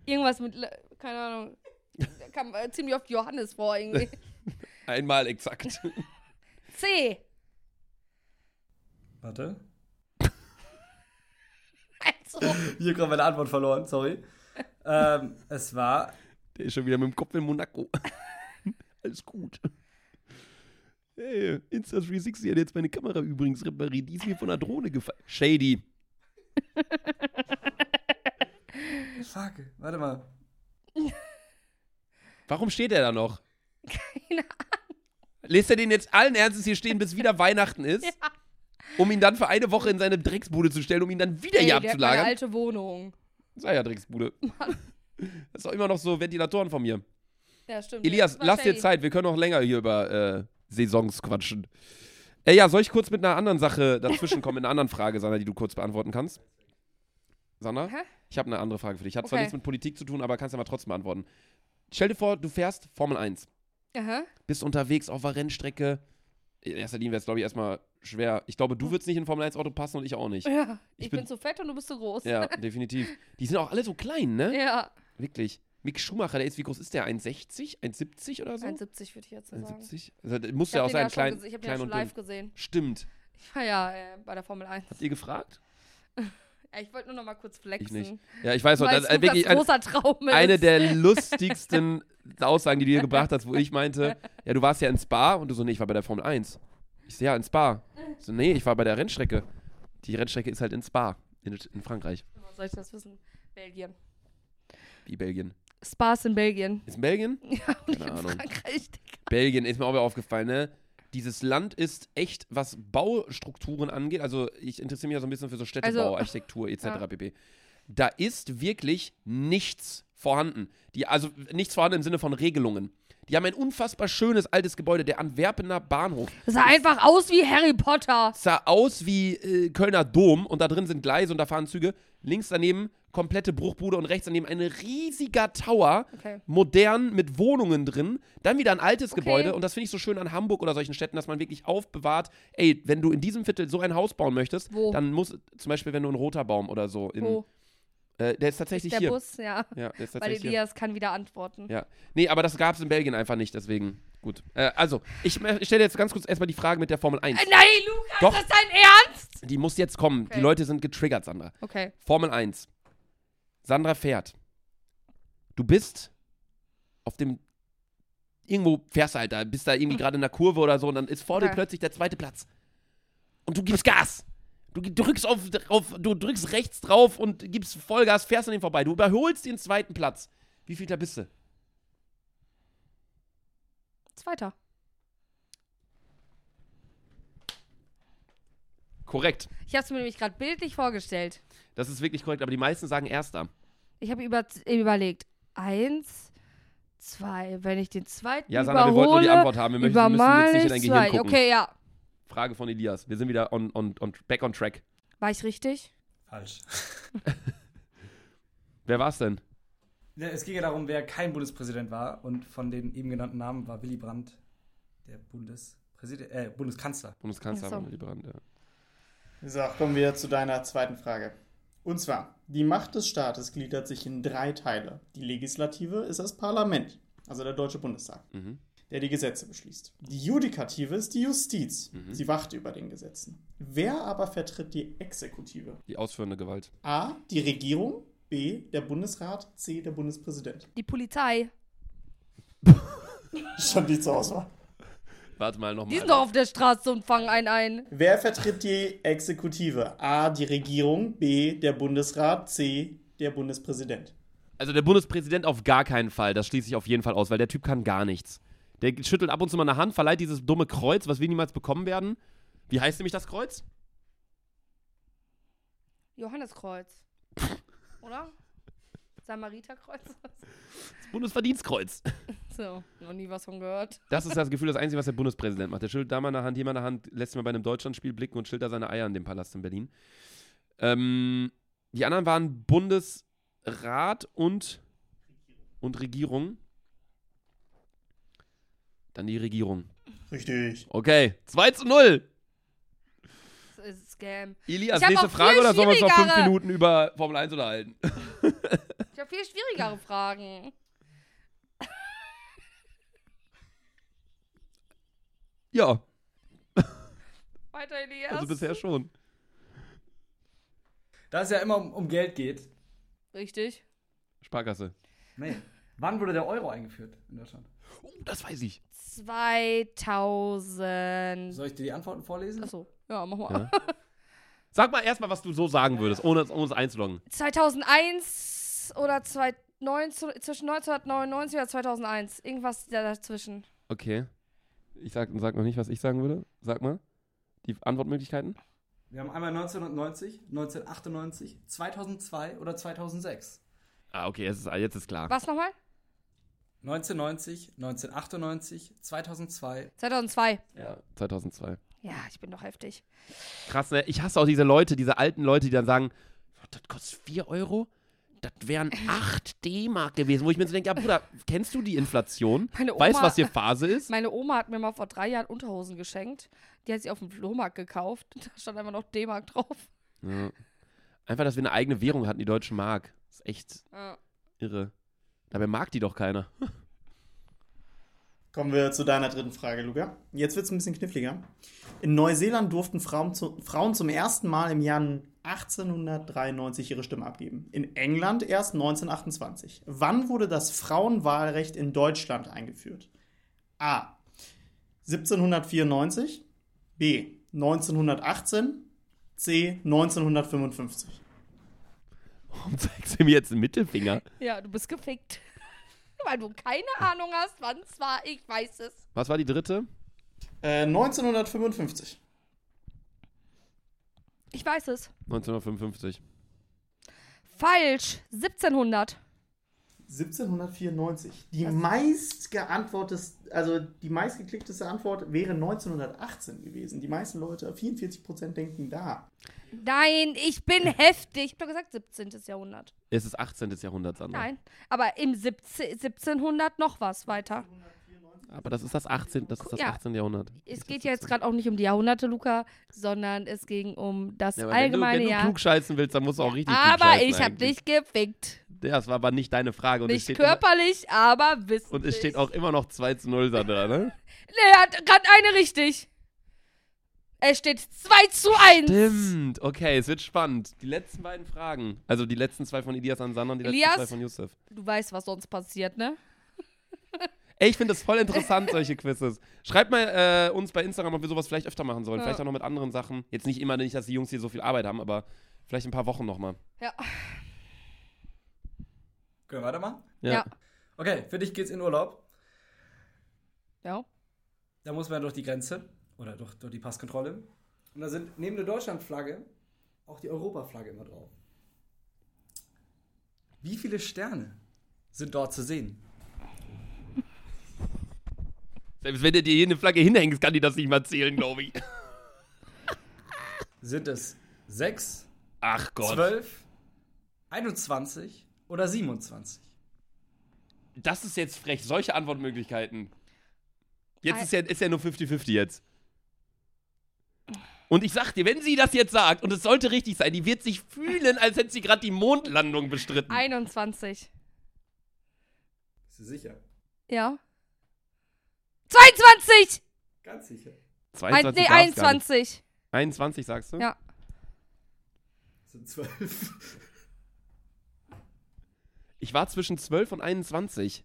[SPEAKER 2] Irgendwas mit, Le- keine Ahnung. Da kam äh, ziemlich oft Johannes vor irgendwie.
[SPEAKER 1] Einmal exakt.
[SPEAKER 2] C.
[SPEAKER 4] Warte.
[SPEAKER 2] Also,
[SPEAKER 4] Ich habe gerade meine Antwort verloren, sorry. ähm, es war
[SPEAKER 1] Der ist schon wieder mit dem Kopf in Monaco. Alles gut. Hey, Insta360 hat jetzt meine Kamera übrigens repariert. Die ist mir von einer Drohne gefallen. Shady.
[SPEAKER 4] Fuck, warte mal.
[SPEAKER 1] Warum steht er da noch? Keine Ahnung. Lässt er den jetzt allen Ernstes hier stehen, bis wieder Weihnachten ist? Um ihn dann für eine Woche in seine Drecksbude zu stellen, um ihn dann wieder
[SPEAKER 2] ey,
[SPEAKER 1] hier
[SPEAKER 2] der hat halt meine
[SPEAKER 1] abzulagern.
[SPEAKER 2] alte Wohnung.
[SPEAKER 1] Sei ja Drecksbude. Das ist auch immer noch so Ventilatoren von mir.
[SPEAKER 2] Ja, stimmt.
[SPEAKER 1] Elias,
[SPEAKER 2] Jetzt war
[SPEAKER 1] lass dir
[SPEAKER 2] Shady.
[SPEAKER 1] Zeit. Wir können noch länger hier über äh, Saisons quatschen. Äh, ja, soll ich kurz mit einer anderen Sache dazwischen kommen, mit einer anderen Frage, Sandra, die du kurz beantworten kannst? Sandra,
[SPEAKER 2] Hä?
[SPEAKER 1] ich habe eine andere Frage für dich. Hat zwar
[SPEAKER 2] Okay.
[SPEAKER 1] nichts mit Politik zu tun, aber kannst ja mal trotzdem beantworten. Stell dir vor, du fährst Formel 1,
[SPEAKER 2] Aha.
[SPEAKER 1] bist unterwegs auf einer Rennstrecke. In erster Linie wäre es, glaube ich, erstmal schwer. Ich glaube, du würdest nicht in ein Formel 1-Auto passen und ich auch nicht.
[SPEAKER 2] Hm. Ja, ich,
[SPEAKER 1] Ich
[SPEAKER 2] bin,
[SPEAKER 1] bin-
[SPEAKER 2] zu fett und du bist zu groß.
[SPEAKER 1] Ja, definitiv. Die sind auch alle so klein, ne?
[SPEAKER 2] Ja.
[SPEAKER 1] Wirklich. Mick Schumacher, der ist, wie groß ist der? 1,60? 1,70 oder so?
[SPEAKER 2] 1,70 würde ich jetzt so sagen.
[SPEAKER 1] 71? Also, der muss
[SPEAKER 2] Ich
[SPEAKER 1] Also? ja
[SPEAKER 2] habe den, ja
[SPEAKER 1] auch sein,
[SPEAKER 2] schon
[SPEAKER 1] klein,
[SPEAKER 2] gese- ich hab den ja
[SPEAKER 1] klein
[SPEAKER 2] schon
[SPEAKER 1] und
[SPEAKER 2] live
[SPEAKER 1] dünn.
[SPEAKER 2] gesehen.
[SPEAKER 1] Stimmt.
[SPEAKER 2] Ich war ja äh, bei der Formel 1.
[SPEAKER 1] Habt ihr gefragt?
[SPEAKER 2] Ja, ich wollte nur noch mal kurz flexen.
[SPEAKER 1] Ich nicht. Ja, ich weiß noch,
[SPEAKER 2] Weil
[SPEAKER 1] das,
[SPEAKER 2] es
[SPEAKER 1] äh,
[SPEAKER 2] Lukas
[SPEAKER 1] wirklich ein,
[SPEAKER 2] großer Traum ist.
[SPEAKER 1] eine der lustigsten Aussagen, die du hier gebracht hast, wo ich meinte, ja, du warst ja in Spa und du so, nee, ich war bei der Formel 1. Ich so, ja, in Spa. Ich so, nee, ich war bei der Rennstrecke. Die Rennstrecke ist halt in Spa, in, in Frankreich,
[SPEAKER 2] Wo soll ich das wissen? Belgien.
[SPEAKER 1] wie Belgien.
[SPEAKER 2] Spaß in Belgien.
[SPEAKER 1] Ist in Belgien?
[SPEAKER 2] Ja, und nicht in
[SPEAKER 1] Ahnung.
[SPEAKER 2] Frankreich, Digga.
[SPEAKER 1] Belgien ist mir auch wieder aufgefallen, ne? Dieses Land ist echt, was Baustrukturen angeht, also ich interessiere mich ja so ein bisschen für so Städtebau,
[SPEAKER 2] Also-
[SPEAKER 1] Architektur etc.
[SPEAKER 2] Ja.
[SPEAKER 1] pp. Da ist wirklich nichts vorhanden. Die, also nichts vorhanden im Sinne von Regelungen. Die haben ein unfassbar schönes altes Gebäude, der Antwerpener Bahnhof.
[SPEAKER 2] Das sah einfach aus wie Harry Potter.
[SPEAKER 1] Sah aus wie äh, Kölner Dom und da drin sind Gleise und da fahren Züge. Links daneben komplette Bruchbude und rechts daneben ein riesiger Tower
[SPEAKER 2] Okay.
[SPEAKER 1] modern mit Wohnungen drin, dann wieder ein altes
[SPEAKER 2] Okay.
[SPEAKER 1] Gebäude und das finde ich so schön an Hamburg oder solchen Städten, dass man wirklich aufbewahrt, ey, wenn du in diesem Viertel so ein Haus bauen möchtest,
[SPEAKER 2] Wo?
[SPEAKER 1] dann muss, zum Beispiel wenn du in Roter Baum oder so, in,
[SPEAKER 2] Wo?
[SPEAKER 1] Äh, der ist tatsächlich
[SPEAKER 2] Der
[SPEAKER 1] hier.
[SPEAKER 2] Bus, ja.
[SPEAKER 1] Ja, der ist
[SPEAKER 2] Weil
[SPEAKER 1] tatsächlich hier.
[SPEAKER 2] Elias kann wieder antworten.
[SPEAKER 1] Ja. Nee, aber das gab es in Belgien einfach nicht, deswegen, gut. Äh, also, ich stelle jetzt ganz kurz erstmal die Frage mit der Formel 1.
[SPEAKER 2] Äh, Nein, Lukas,
[SPEAKER 1] Doch.
[SPEAKER 2] das ist dein Ernst?
[SPEAKER 1] Die muss jetzt kommen,
[SPEAKER 2] Okay.
[SPEAKER 1] die Leute sind getriggert, Sandra.
[SPEAKER 2] Okay.
[SPEAKER 1] Formel 1. Sandra fährt. Du bist auf dem irgendwo fährst du halt da, bist da irgendwie gerade in der Kurve oder so und dann ist vor dir
[SPEAKER 2] Hm. Ja.
[SPEAKER 1] plötzlich der zweite Platz. Und du gibst Gas. Du gi- drückst auf, auf du drückst rechts drauf und gibst Vollgas, fährst an ihm vorbei. Du überholst den zweiten Platz. Wie viel da bist du?
[SPEAKER 2] Zweiter.
[SPEAKER 1] Korrekt.
[SPEAKER 2] Ich habe es mir nämlich gerade bildlich vorgestellt.
[SPEAKER 1] Das ist wirklich korrekt, aber die meisten sagen erster.
[SPEAKER 2] Ich habe über, überlegt, eins, zwei, wenn ich den zweiten
[SPEAKER 1] Ja, Sandra,
[SPEAKER 2] überhole,
[SPEAKER 1] wir wollten nur die Antwort haben. Wir möchten,
[SPEAKER 2] über
[SPEAKER 1] müssen jetzt nicht
[SPEAKER 2] meine
[SPEAKER 1] in dein Gehirn
[SPEAKER 2] zwei.
[SPEAKER 1] gucken.
[SPEAKER 2] Okay, ja.
[SPEAKER 1] Frage von Elias. Wir sind wieder on, on, on, back on track.
[SPEAKER 2] War ich richtig?
[SPEAKER 4] Falsch.
[SPEAKER 1] Wer war's denn?
[SPEAKER 4] Ja, Es ging ja darum, wer kein Bundespräsident war. Und von den eben genannten Namen war Willy Brandt der Bundespräsident, äh, Bundeskanzler.
[SPEAKER 1] Bundeskanzler
[SPEAKER 2] Ach so.
[SPEAKER 1] Willy Brandt. Ja.
[SPEAKER 5] So, kommen wir zu deiner zweiten Frage. Und zwar, die Macht des Staates gliedert sich in drei Teile. Die Legislative ist das Parlament, also der Deutsche Bundestag,
[SPEAKER 1] Mhm.
[SPEAKER 5] der die Gesetze beschließt. Die Judikative ist die Justiz, sie wacht über den Gesetzen. Wer aber vertritt die Exekutive?
[SPEAKER 1] Die ausführende Gewalt.
[SPEAKER 5] A, die Regierung, B, der Bundesrat, C, der Bundespräsident.
[SPEAKER 2] Die Polizei.
[SPEAKER 5] Stand die zur Auswahl.
[SPEAKER 1] Warte mal nochmal.
[SPEAKER 2] Die sind doch auf der Straße und fangen einen ein.
[SPEAKER 5] Wer vertritt die Exekutive? A, die Regierung, B, der Bundesrat, C, der Bundespräsident.
[SPEAKER 1] Also der Bundespräsident auf gar keinen Fall. Das schließe ich auf jeden Fall aus, weil der Typ kann gar nichts. Der schüttelt ab und zu mal eine Hand, verleiht dieses dumme Kreuz, was wir niemals bekommen werden. Wie heißt nämlich das Kreuz?
[SPEAKER 2] Johanneskreuz. Oder? Samariterkreuz.
[SPEAKER 1] Das Bundesverdienstkreuz.
[SPEAKER 2] So, noch nie was von gehört.
[SPEAKER 1] Das ist das Gefühl, das Einzige, was der Bundespräsident macht. Der schüttelt da mal eine Hand, hier mal eine Hand, lässt sich mal bei einem Deutschlandspiel blicken und schüttelt da seine Eier in dem Palast in Berlin. Ähm, die anderen waren Bundesrat und, und Regierung. Dann die Regierung.
[SPEAKER 5] Richtig.
[SPEAKER 1] Okay, 2 zu 0.
[SPEAKER 2] Das ist Scam.
[SPEAKER 1] Elias,
[SPEAKER 2] Ich hab
[SPEAKER 1] nächste
[SPEAKER 2] auch
[SPEAKER 1] Frage
[SPEAKER 2] viel
[SPEAKER 1] oder sollen wir uns noch fünf
[SPEAKER 2] schwierigere.
[SPEAKER 1] Minuten über Formel 1 unterhalten?
[SPEAKER 2] Ich habe viel schwierigere Fragen.
[SPEAKER 1] Ja,
[SPEAKER 2] Weiter, Elias.
[SPEAKER 1] also bisher schon.
[SPEAKER 4] Da es ja immer um, um Geld geht.
[SPEAKER 2] Richtig.
[SPEAKER 1] Sparkasse.
[SPEAKER 4] Nee. Wann wurde der Euro eingeführt in Deutschland?
[SPEAKER 1] Oh, das weiß ich.
[SPEAKER 2] 2000.
[SPEAKER 4] Soll ich dir die Antworten vorlesen?
[SPEAKER 2] Achso, ja, mach mal.
[SPEAKER 1] Ja. Sag mal erstmal, was du so sagen würdest, ohne, ohne es einzuloggen.
[SPEAKER 2] 2001 oder zwei, 19, zwischen 1999 oder 2001. Irgendwas da dazwischen.
[SPEAKER 1] Okay. Ich sag, sag noch nicht, was ich sagen würde. Sag mal. Die Antwortmöglichkeiten.
[SPEAKER 4] Wir haben einmal 1990, 1998, 2002 oder 2006.
[SPEAKER 1] Ah, okay, jetzt ist, jetzt ist klar.
[SPEAKER 2] Was nochmal?
[SPEAKER 4] 1990, 1998, 2002.
[SPEAKER 2] 2002.
[SPEAKER 1] Ja. 2002.
[SPEAKER 2] Ja, ich bin doch heftig.
[SPEAKER 1] Krass, ne? Ich hasse auch diese Leute, diese alten Leute, die dann sagen, "Oh, das kostet 4 Euro? Das wären 8 D-Mark gewesen. Wo ich mir so denke, ja, Bruder, kennst du die Inflation?
[SPEAKER 2] Meine Oma-
[SPEAKER 1] weißt, was hier Phase ist?
[SPEAKER 2] Meine Oma hat mir mal vor drei Jahren Unterhosen geschenkt. Die hat sie auf dem Flohmarkt gekauft. Da stand einfach noch D-Mark drauf.
[SPEAKER 1] Ja. Einfach, dass wir eine eigene Währung hatten, die deutsche Mark. ist echt
[SPEAKER 2] Ja.
[SPEAKER 1] irre. Dabei mag die doch keiner.
[SPEAKER 5] Kommen wir zu deiner dritten Frage, Luca. Jetzt wird es ein bisschen kniffliger. In Neuseeland durften Frauen, zu, Frauen zum ersten Mal im Jahr 1893 ihre Stimme abgeben. In England erst 1928. Wann wurde das Frauenwahlrecht in Deutschland eingeführt? A. 1794. B. 1918. C. 1955.
[SPEAKER 1] Warum zeigst du mir jetzt einen Mittelfinger?
[SPEAKER 2] Ja, du bist gefickt. Weil du keine Ahnung hast, wann es war. Ich weiß es.
[SPEAKER 1] Was war die dritte?
[SPEAKER 5] Äh, 1955.
[SPEAKER 2] Ich weiß es.
[SPEAKER 1] 1955.
[SPEAKER 2] Falsch. 1700.
[SPEAKER 5] 1794. Die meistgeantworteste, also die meistgeklickteste Antwort wäre 1918 gewesen. Die meisten Leute, 44% denken da.
[SPEAKER 2] Nein, ich bin heftig. Ich habe doch gesagt 17. Jahrhundert.
[SPEAKER 1] Es ist 18. Jahrhundert, Sandra.
[SPEAKER 2] Nein, aber im 17, 1700 noch was weiter.
[SPEAKER 1] Aber das ist das 18. Das ist das
[SPEAKER 2] Ja.
[SPEAKER 1] 18. Jahrhundert.
[SPEAKER 2] Es geht ja jetzt gerade auch nicht um die Jahrhunderte, Luca, sondern es ging um das
[SPEAKER 1] Ja, aber
[SPEAKER 2] allgemeine
[SPEAKER 1] wenn du, wenn du
[SPEAKER 2] Jahr.
[SPEAKER 1] klug scheißen willst, dann musst du auch richtig klug
[SPEAKER 2] Aber
[SPEAKER 1] scheißen
[SPEAKER 2] ich habe
[SPEAKER 1] eigentlich.
[SPEAKER 2] dich gefickt.
[SPEAKER 1] Das war aber nicht deine Frage. Und es
[SPEAKER 2] Nicht
[SPEAKER 1] steht immer,
[SPEAKER 2] körperlich, aber wissentlich.
[SPEAKER 1] Und es steht auch immer noch 2 zu 0, Sandra, ne?
[SPEAKER 2] Nee, er hat gerade eine richtig. Es steht 2 zu 1.
[SPEAKER 1] Stimmt. Okay, es wird spannend. Die letzten beiden Fragen. Also die letzten zwei von Elias an Sandra und die letzten
[SPEAKER 2] Elias?
[SPEAKER 1] zwei von Yusuf.
[SPEAKER 2] Du weißt, was sonst passiert, ne?
[SPEAKER 1] Ey, ich finde das voll interessant, solche Quizzes. Schreibt mal äh, uns bei Instagram, ob wir sowas vielleicht öfter machen sollen.
[SPEAKER 2] Ja.
[SPEAKER 1] Vielleicht auch noch mit anderen Sachen. Jetzt nicht immer, nicht, dass die Jungs hier so viel Arbeit haben, aber vielleicht in ein paar Wochen nochmal.
[SPEAKER 2] Ja.
[SPEAKER 4] Können wir weitermachen?
[SPEAKER 2] Ja.
[SPEAKER 4] Okay, für dich geht's in Urlaub.
[SPEAKER 2] Ja.
[SPEAKER 4] Da muss man durch die Grenze oder durch, durch die Passkontrolle. Und da sind neben der Deutschlandflagge auch die Europaflagge immer drauf. Wie viele Sterne sind dort zu sehen?
[SPEAKER 1] Selbst wenn du dir hier eine Flagge hinhängst, kann die das nicht mal zählen, glaube ich.
[SPEAKER 4] Sind es sechs,
[SPEAKER 1] Ach Gott.
[SPEAKER 4] zwölf, 21 oder 27?
[SPEAKER 1] Das ist jetzt frech. Solche Antwortmöglichkeiten. Jetzt
[SPEAKER 2] Ei.
[SPEAKER 1] ist ja, ist ja nur 50-50 jetzt. Und ich sag dir, wenn sie das jetzt sagt, und es sollte richtig sein, die wird sich fühlen, als hätte sie gerade die Mondlandung bestritten.
[SPEAKER 2] 21.
[SPEAKER 4] Bist du sicher?
[SPEAKER 2] Ja. 22!
[SPEAKER 4] Ganz sicher.
[SPEAKER 2] Ein, nee,
[SPEAKER 1] darf's gar nicht.
[SPEAKER 2] 21.
[SPEAKER 1] 21 sagst du?
[SPEAKER 2] Ja.
[SPEAKER 4] Es sind zwölf.
[SPEAKER 1] Ich war zwischen 12 und 21.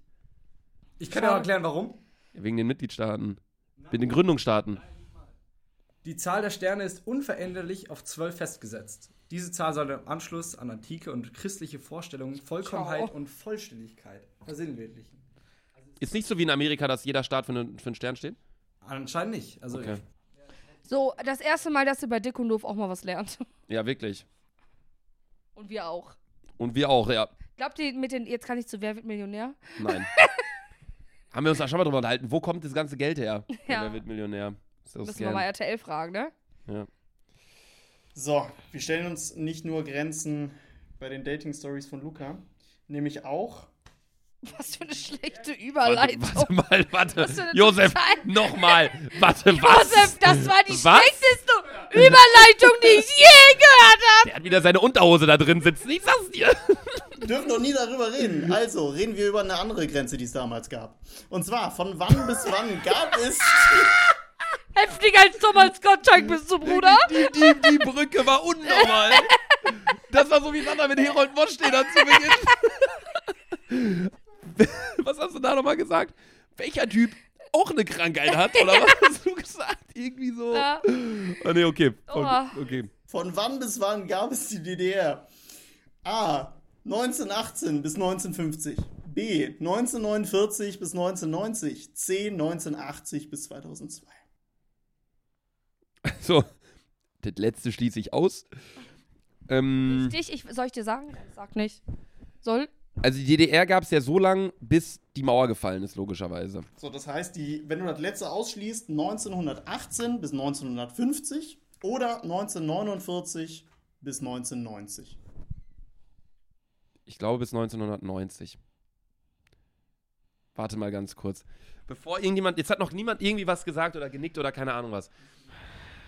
[SPEAKER 4] Ich kann dir auch erklären, warum.
[SPEAKER 1] Wegen den Mitgliedstaaten. Wegen den Gründungsstaaten.
[SPEAKER 4] Die Zahl der Sterne ist unveränderlich auf zwölf festgesetzt. Diese Zahl soll im Anschluss an antike und christliche Vorstellungen Vollkommenheit
[SPEAKER 2] Ciao.
[SPEAKER 4] und Vollständigkeit versinnbildlichen.
[SPEAKER 1] Ist nicht so wie in Amerika, dass jeder Staat für, einen- für einen Stern steht?
[SPEAKER 4] Anscheinend nicht. Also
[SPEAKER 1] Okay.
[SPEAKER 2] So, das erste Mal, dass ihr bei Dick und Doof auch mal was lernt.
[SPEAKER 1] Ja, wirklich.
[SPEAKER 2] Und wir auch.
[SPEAKER 1] Und wir auch, ja.
[SPEAKER 2] Glaubt ihr mit den, jetzt kann ich zu Wer wird Millionär?
[SPEAKER 1] Nein. Haben wir uns da schon mal drüber unterhalten? Wo kommt das ganze Geld her?
[SPEAKER 2] Ja.
[SPEAKER 1] Wer wird Millionär? Ist das
[SPEAKER 2] Müssen wir mal RTL fragen, ne?
[SPEAKER 1] ja.
[SPEAKER 5] So, wir stellen uns nicht nur Grenzen bei den Dating-Stories von Luca, nämlich auch
[SPEAKER 2] Was für eine schlechte
[SPEAKER 1] warte,
[SPEAKER 2] Überleitung.
[SPEAKER 1] warte mal, warte.
[SPEAKER 2] Oh, Was für eine
[SPEAKER 1] Josef,
[SPEAKER 2] Zeit.
[SPEAKER 1] nochmal. Warte, was?
[SPEAKER 2] Josef, das war die
[SPEAKER 1] Was?
[SPEAKER 2] schlechteste Überleitung, die ich je gehört habe.
[SPEAKER 1] Der hat wieder seine Unterhose da drin sitzen. Ich sag's dir.
[SPEAKER 5] Wir dürfen doch nie darüber reden. Also reden wir über eine andere Grenze, die es damals gab. Und zwar von wann bis wann gab es
[SPEAKER 2] Heftiger als Thomas Gottschalk bist du, Bruder.
[SPEAKER 1] Die, die, die Brücke war unnormal. Das war so wie Sander mit Herold Bosch stehen hat zu Beginn. Was hast du da nochmal gesagt? Welcher Typ auch eine Krankheit hat? Oder was hast du gesagt? Irgendwie so.
[SPEAKER 2] Ja.
[SPEAKER 1] Ah, nee, okay. Voll
[SPEAKER 2] Oha.
[SPEAKER 1] gut. okay.
[SPEAKER 5] von wann bis wann gab es die DDR? A. 1918 bis 1950. B. 1949 bis 1990. C. 1980 bis 2002.
[SPEAKER 1] So, das letzte schließe ich aus. Ähm,
[SPEAKER 2] Dich, ich, soll ich dir sagen? Sag nicht. Soll?
[SPEAKER 1] also die DDR gab es ja so lange, bis die Mauer gefallen ist, logischerweise.
[SPEAKER 5] So, das heißt, die, wenn du das letzte ausschließt, 1918 bis 1950 oder 1949 bis 1990.
[SPEAKER 1] Ich glaube bis 1990. Warte mal ganz kurz. Bevor irgendjemand, jetzt hat noch niemand irgendwie was gesagt oder genickt oder keine Ahnung was.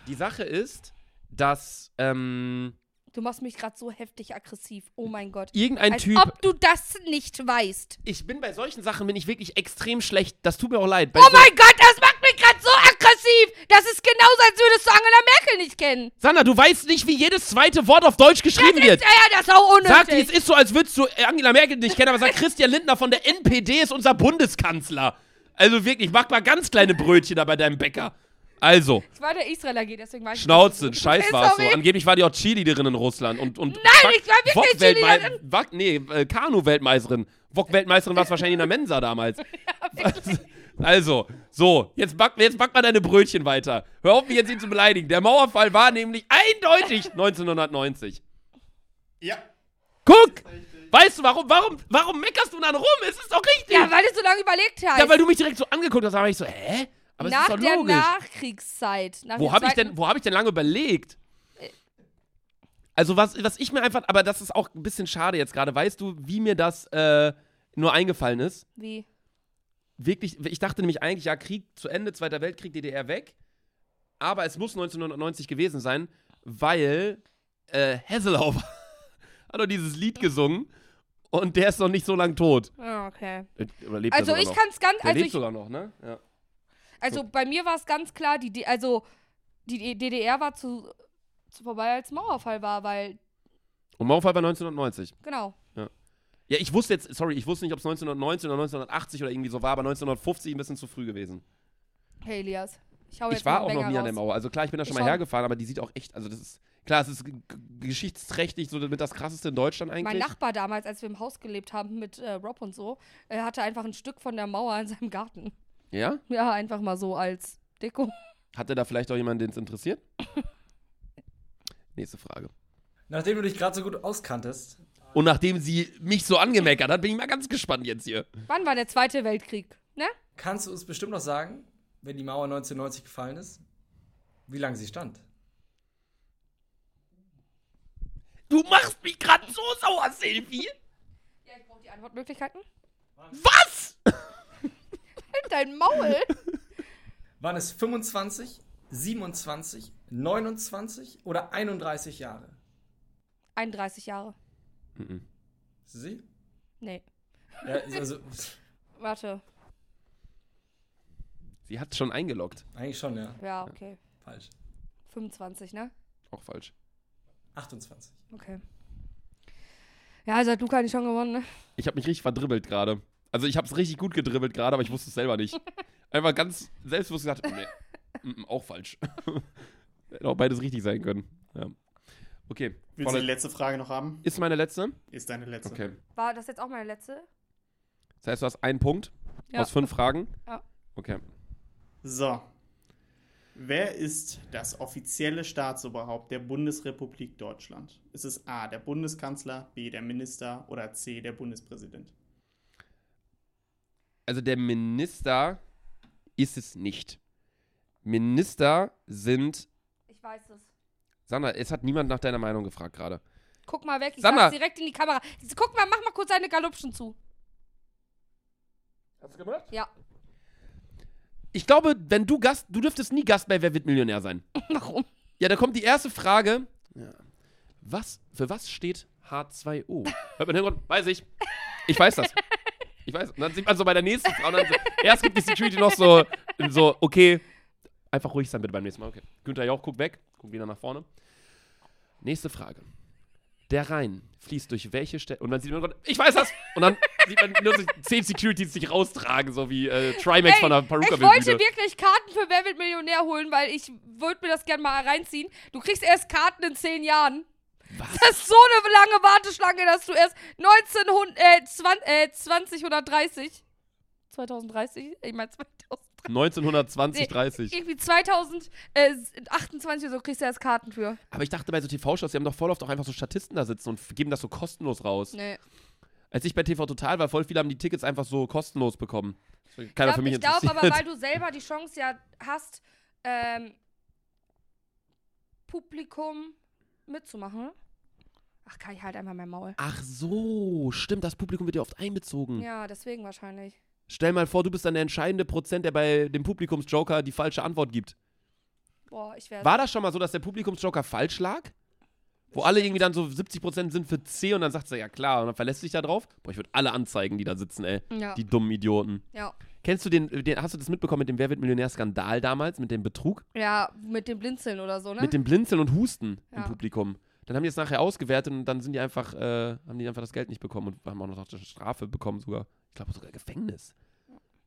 [SPEAKER 1] Die Sache ist, dass ähm,
[SPEAKER 2] Du machst mich gerade so heftig aggressiv. Oh mein Gott.
[SPEAKER 1] irgendein
[SPEAKER 2] als
[SPEAKER 1] Typ.
[SPEAKER 2] ob du das nicht weißt.
[SPEAKER 1] Ich bin bei solchen Sachen bin ich wirklich extrem schlecht. Das tut mir auch leid. Bei
[SPEAKER 2] Oh
[SPEAKER 1] so-
[SPEAKER 2] mein Gott, das macht mich gerade so aggressiv. Das ist genauso, als würdest du Angela Merkel nicht kennen.
[SPEAKER 1] Sandra, du weißt nicht, wie jedes zweite Wort auf Deutsch geschrieben
[SPEAKER 2] Das
[SPEAKER 1] wird.
[SPEAKER 2] ist, ja, ja, das ist auch unnötig.
[SPEAKER 1] Sag dir, es ist so, als würdest du äh, Angela Merkel nicht kennen, aber sag Christian Lindner von der NPD ist unser Bundeskanzler. Also wirklich, mach mal ganz kleine Brötchen da bei deinem Bäcker. Also,
[SPEAKER 2] ich war der Israel AG, deswegen weiß ich
[SPEAKER 1] Schnauze, scheiß war es so.
[SPEAKER 2] Sorry.
[SPEAKER 1] Angeblich war die auch Cheerleaderin in Russland und. und Nein,
[SPEAKER 2] ich war wirklich Cheerleaderin.
[SPEAKER 1] Wok nee, äh, Kanu-Weltmeisterin. Wok-Weltmeisterin war es wahrscheinlich in der Mensa damals. also, so, jetzt back, jetzt back mal deine Brötchen weiter. Hör auf, mich jetzt hier zu beleidigen. Der Mauerfall war nämlich eindeutig 1990.
[SPEAKER 5] Ja,
[SPEAKER 1] Guck! Weißt du, warum, warum, warum meckerst du dann rum? Es ist doch richtig!
[SPEAKER 2] Ja, weil du so lange überlegt hast.
[SPEAKER 1] Ja, weil du mich direkt so angeguckt hast, da war ich so, hä? Aber es ist
[SPEAKER 2] nach
[SPEAKER 1] doch
[SPEAKER 2] der
[SPEAKER 1] logisch.
[SPEAKER 2] Nachkriegszeit. Nach
[SPEAKER 1] Wo
[SPEAKER 2] dem
[SPEAKER 1] habe ich
[SPEAKER 2] Also zweiten-
[SPEAKER 1] denn, wo habe ich denn lange überlegt? Also was, was ich mir einfach, aber das ist auch ein bisschen schade jetzt gerade. Weißt du, wie mir das äh, nur eingefallen ist?
[SPEAKER 2] Wie?
[SPEAKER 1] Wirklich, ich dachte nämlich eigentlich, ja Krieg zu Ende, Zweiter Weltkrieg, DDR weg. Aber es muss 1990 gewesen sein, weil äh, Hesselhoff hat doch dieses Lied gesungen und der ist noch nicht so lang tot.
[SPEAKER 2] Ah, okay.
[SPEAKER 1] Oder lebt er
[SPEAKER 2] Also
[SPEAKER 1] sogar
[SPEAKER 2] ich
[SPEAKER 1] noch?
[SPEAKER 2] kann es ganz,
[SPEAKER 1] Der
[SPEAKER 2] also,
[SPEAKER 1] lebt
[SPEAKER 2] ich,
[SPEAKER 1] sogar noch, ne? Ja.
[SPEAKER 2] also bei mir war es ganz klar, die, D- also die D- DDR war zu, zu vorbei, als Mauerfall war, weil,
[SPEAKER 1] Und Mauerfall war 1990.
[SPEAKER 2] genau.
[SPEAKER 1] Ja. Ja, ich wusste jetzt, sorry, ich wusste nicht, ob es 1919 oder 1980 oder irgendwie so war, aber 1950 ein bisschen zu früh gewesen.
[SPEAKER 2] Hey, Elias. Ich, hau jetzt
[SPEAKER 1] ich
[SPEAKER 2] mal
[SPEAKER 1] war auch
[SPEAKER 2] einen
[SPEAKER 1] noch nie
[SPEAKER 2] Banger
[SPEAKER 1] an der
[SPEAKER 2] raus.
[SPEAKER 1] Mauer. Also klar, ich bin da schon
[SPEAKER 2] Ich
[SPEAKER 1] mal
[SPEAKER 2] auch.
[SPEAKER 1] hergefahren, aber die sieht auch echt, also das ist, klar, es ist g- g- geschichtsträchtig so mit das krasseste in Deutschland eigentlich.
[SPEAKER 2] Mein Nachbar damals, als wir im Haus gelebt haben mit äh, Rob und so, er hatte einfach ein Stück von der Mauer in seinem Garten.
[SPEAKER 1] ja?
[SPEAKER 2] Ja, einfach mal so als Deko.
[SPEAKER 1] Hatte da vielleicht auch jemand, den es interessiert? Nächste Frage.
[SPEAKER 4] Nachdem du dich gerade so gut auskanntest,
[SPEAKER 1] Und nachdem sie mich so angemeckert hat, bin ich mal ganz gespannt jetzt hier.
[SPEAKER 2] Wann war der Zweite Weltkrieg? Ne?
[SPEAKER 4] kannst du uns bestimmt noch sagen, wenn die Mauer 1990 gefallen ist, wie lange sie stand.
[SPEAKER 1] Du machst mich gerade so sauer, Silvi.
[SPEAKER 2] Ja, ich brauche die Antwortmöglichkeiten.
[SPEAKER 1] Was?
[SPEAKER 2] Halt dein Maul!
[SPEAKER 4] Waren es 25, 27, 29 oder 31 Jahre?
[SPEAKER 2] 31 Jahre.
[SPEAKER 1] Mhm.
[SPEAKER 4] Ist es Sie?
[SPEAKER 2] Nee.
[SPEAKER 4] Ja, ist also
[SPEAKER 2] Warte.
[SPEAKER 1] Sie hat schon eingeloggt.
[SPEAKER 4] eigentlich schon, ja.
[SPEAKER 2] Ja, okay.
[SPEAKER 4] Falsch.
[SPEAKER 2] 25, ne?
[SPEAKER 1] Auch falsch.
[SPEAKER 4] 28.
[SPEAKER 2] Okay. Ja, also hat Luca nicht schon gewonnen, ne?
[SPEAKER 1] Ich habe mich richtig verdribbelt gerade. Also ich habe es richtig gut gedribbelt gerade, aber ich wusste es selber nicht. Einfach ganz selbstbewusst gesagt, nee, mm, mm, auch falsch. Hätte auch beides richtig sein können. Ja. Okay,
[SPEAKER 5] Willst du die
[SPEAKER 1] vorle-
[SPEAKER 5] letzte Frage noch haben?
[SPEAKER 1] ist meine letzte?
[SPEAKER 5] Ist deine letzte.
[SPEAKER 1] Okay.
[SPEAKER 2] War das jetzt auch meine letzte?
[SPEAKER 1] Das heißt, du hast einen Punkt
[SPEAKER 2] Ja.
[SPEAKER 1] aus fünf Fragen?
[SPEAKER 2] Ja.
[SPEAKER 1] Okay.
[SPEAKER 5] So. Wer ist das offizielle Staatsoberhaupt der Bundesrepublik Deutschland? Ist es A, der Bundeskanzler, B, der Minister oder C, der Bundespräsident?
[SPEAKER 1] Also der Minister ist es nicht. Minister sind.
[SPEAKER 2] Ich weiß es.
[SPEAKER 1] Sandra, es hat niemand nach deiner Meinung gefragt gerade.
[SPEAKER 2] Guck mal weg, ich
[SPEAKER 1] Sandra.
[SPEAKER 2] sag's direkt in die Kamera. Guck mal, mach mal kurz deine Galupschen zu.
[SPEAKER 1] Hast du gemacht?
[SPEAKER 2] Ja.
[SPEAKER 1] Ich glaube, wenn du Gast, du dürftest nie Gast bei Wer wird Millionär sein.
[SPEAKER 2] Warum?
[SPEAKER 1] Ja, da kommt die erste Frage. Ja. Was, für was steht H2O? Hört man den Grund? Weiß ich. Ich weiß das. Ich weiß. Und dann sieht man so bei der nächsten Frau. Und dann so, erst gibt die Security noch so, so, okay, einfach ruhig sein bitte beim nächsten Mal. Okay. Günther Jauch guckt weg, guckt wieder nach vorne. Nächste Frage. Der Rhein fließt durch welche Städte? Und dann sieht man, Gott, ich weiß das! Und dann sieht man nur so zehn Securities sich raustragen, so wie äh, Trimax
[SPEAKER 2] Ey,
[SPEAKER 1] von der
[SPEAKER 2] ich
[SPEAKER 1] Peruka-Bühne.
[SPEAKER 2] wollte wirklich Karten für Wer wird Millionär holen, weil ich wollte mir das gerne mal reinziehen. Du kriegst erst Karten in zehn Jahren.
[SPEAKER 1] Was?
[SPEAKER 2] Das ist so eine lange Warteschlange, dass du erst 1900, äh, 20, äh, 20 oder 30, 2030, ich meine 2030,
[SPEAKER 1] 1920,
[SPEAKER 2] Nee,
[SPEAKER 1] 30.
[SPEAKER 2] irgendwie 2028 oder so kriegst du erst Karten für.
[SPEAKER 1] Aber ich dachte bei so TV-Shows, die haben doch voll oft auch einfach so Statisten da sitzen und f- geben das so kostenlos raus.
[SPEAKER 2] Nee.
[SPEAKER 1] Als ich bei TV Total war, voll viele haben die Tickets einfach so kostenlos bekommen. Keiner für mich
[SPEAKER 2] ich glaube
[SPEAKER 1] interessiert.
[SPEAKER 2] aber, weil du selber die Chance ja hast, ähm, Publikum mitzumachen. ne? Ach, kann ich halt einmal mein Maul.
[SPEAKER 1] Ach so, stimmt, das Publikum wird ja oft einbezogen.
[SPEAKER 2] Ja, deswegen wahrscheinlich.
[SPEAKER 1] Stell mal vor, du bist dann der entscheidende Prozent, der bei dem Publikumsjoker die falsche Antwort gibt.
[SPEAKER 2] Boah, ich wäre.
[SPEAKER 1] War das schon mal so, dass der Publikumsjoker falsch lag? Wo alle irgendwie dann so 70% sind für C und dann sagt sie, ja klar, und dann verlässt sich da drauf. Boah, ich würde alle anzeigen, die da sitzen, ey.
[SPEAKER 2] Ja.
[SPEAKER 1] Die dummen Idioten.
[SPEAKER 2] Ja.
[SPEAKER 1] Kennst du den, den, hast du das mitbekommen mit dem Wer wird Millionär-Skandal damals, mit dem Betrug?
[SPEAKER 2] ja, mit dem Blinzeln oder so, ne?
[SPEAKER 1] Mit dem Blinzeln und Husten im
[SPEAKER 2] Ja.
[SPEAKER 1] Publikum. Dann haben die es nachher ausgewertet und dann sind die einfach, äh, haben die einfach das Geld nicht bekommen und haben auch noch eine Strafe bekommen, sogar. Ich glaube sogar Gefängnis.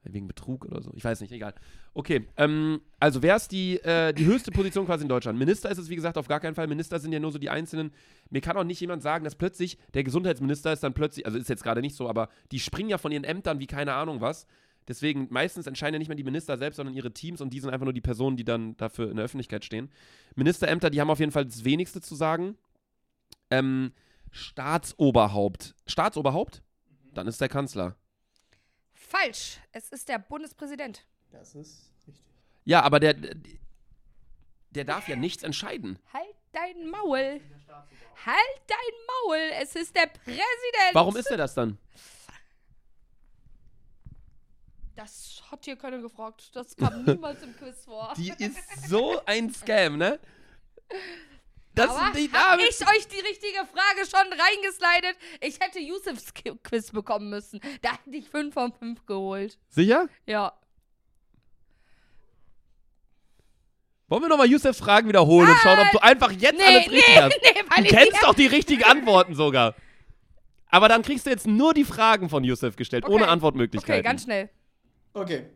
[SPEAKER 1] Äh, Wegen Betrug oder so. Ich weiß nicht, egal. Okay, ähm, also wer ist die, äh, die höchste Position quasi in Deutschland? Minister ist es, wie gesagt, auf gar keinen Fall. Minister sind ja nur so die einzelnen. Mir kann auch nicht jemand sagen, dass plötzlich der Gesundheitsminister ist dann plötzlich, also ist jetzt gerade nicht so, aber die springen ja von ihren Ämtern wie keine Ahnung was. Deswegen, meistens entscheiden ja nicht mehr die Minister selbst, sondern ihre Teams und die sind einfach nur die Personen, die dann dafür in der Öffentlichkeit stehen. Ministerämter, die haben auf jeden Fall das wenigste zu sagen. Ähm, Staatsoberhaupt. Staatsoberhaupt?
[SPEAKER 2] Mhm.
[SPEAKER 1] Dann ist der Kanzler.
[SPEAKER 2] Falsch. Es ist der Bundespräsident.
[SPEAKER 5] Das ist richtig.
[SPEAKER 1] Ja, aber der, der darf ja nichts entscheiden.
[SPEAKER 2] Halt dein Maul. Halt dein Maul. Es ist der Präsident.
[SPEAKER 1] Warum ist er das dann?
[SPEAKER 2] Das hat hier keiner gefragt. Das kam niemals im Quiz vor.
[SPEAKER 1] Die ist so ein Scam, ne? Das
[SPEAKER 2] Aber
[SPEAKER 1] sind die
[SPEAKER 2] hab
[SPEAKER 1] Namen.
[SPEAKER 2] ich euch die richtige Frage schon reingeslidet? Ich hätte Yusufs Ki- Quiz bekommen müssen. Da hätte ich 5 von 5 geholt.
[SPEAKER 1] Sicher?
[SPEAKER 2] Ja.
[SPEAKER 1] Wollen wir nochmal Yusufs Fragen wiederholen und schauen, ob du einfach jetzt
[SPEAKER 2] Nee,
[SPEAKER 1] alles
[SPEAKER 2] nee,
[SPEAKER 1] richtig hast?
[SPEAKER 2] nee, weil
[SPEAKER 1] Du
[SPEAKER 2] ich
[SPEAKER 1] kennst doch die richtigen Antworten sogar. Aber dann kriegst du jetzt nur die Fragen von Youssef gestellt,
[SPEAKER 2] Okay.
[SPEAKER 1] ohne
[SPEAKER 2] Okay,
[SPEAKER 1] Antwortmöglichkeiten.
[SPEAKER 2] ganz schnell.
[SPEAKER 5] Okay.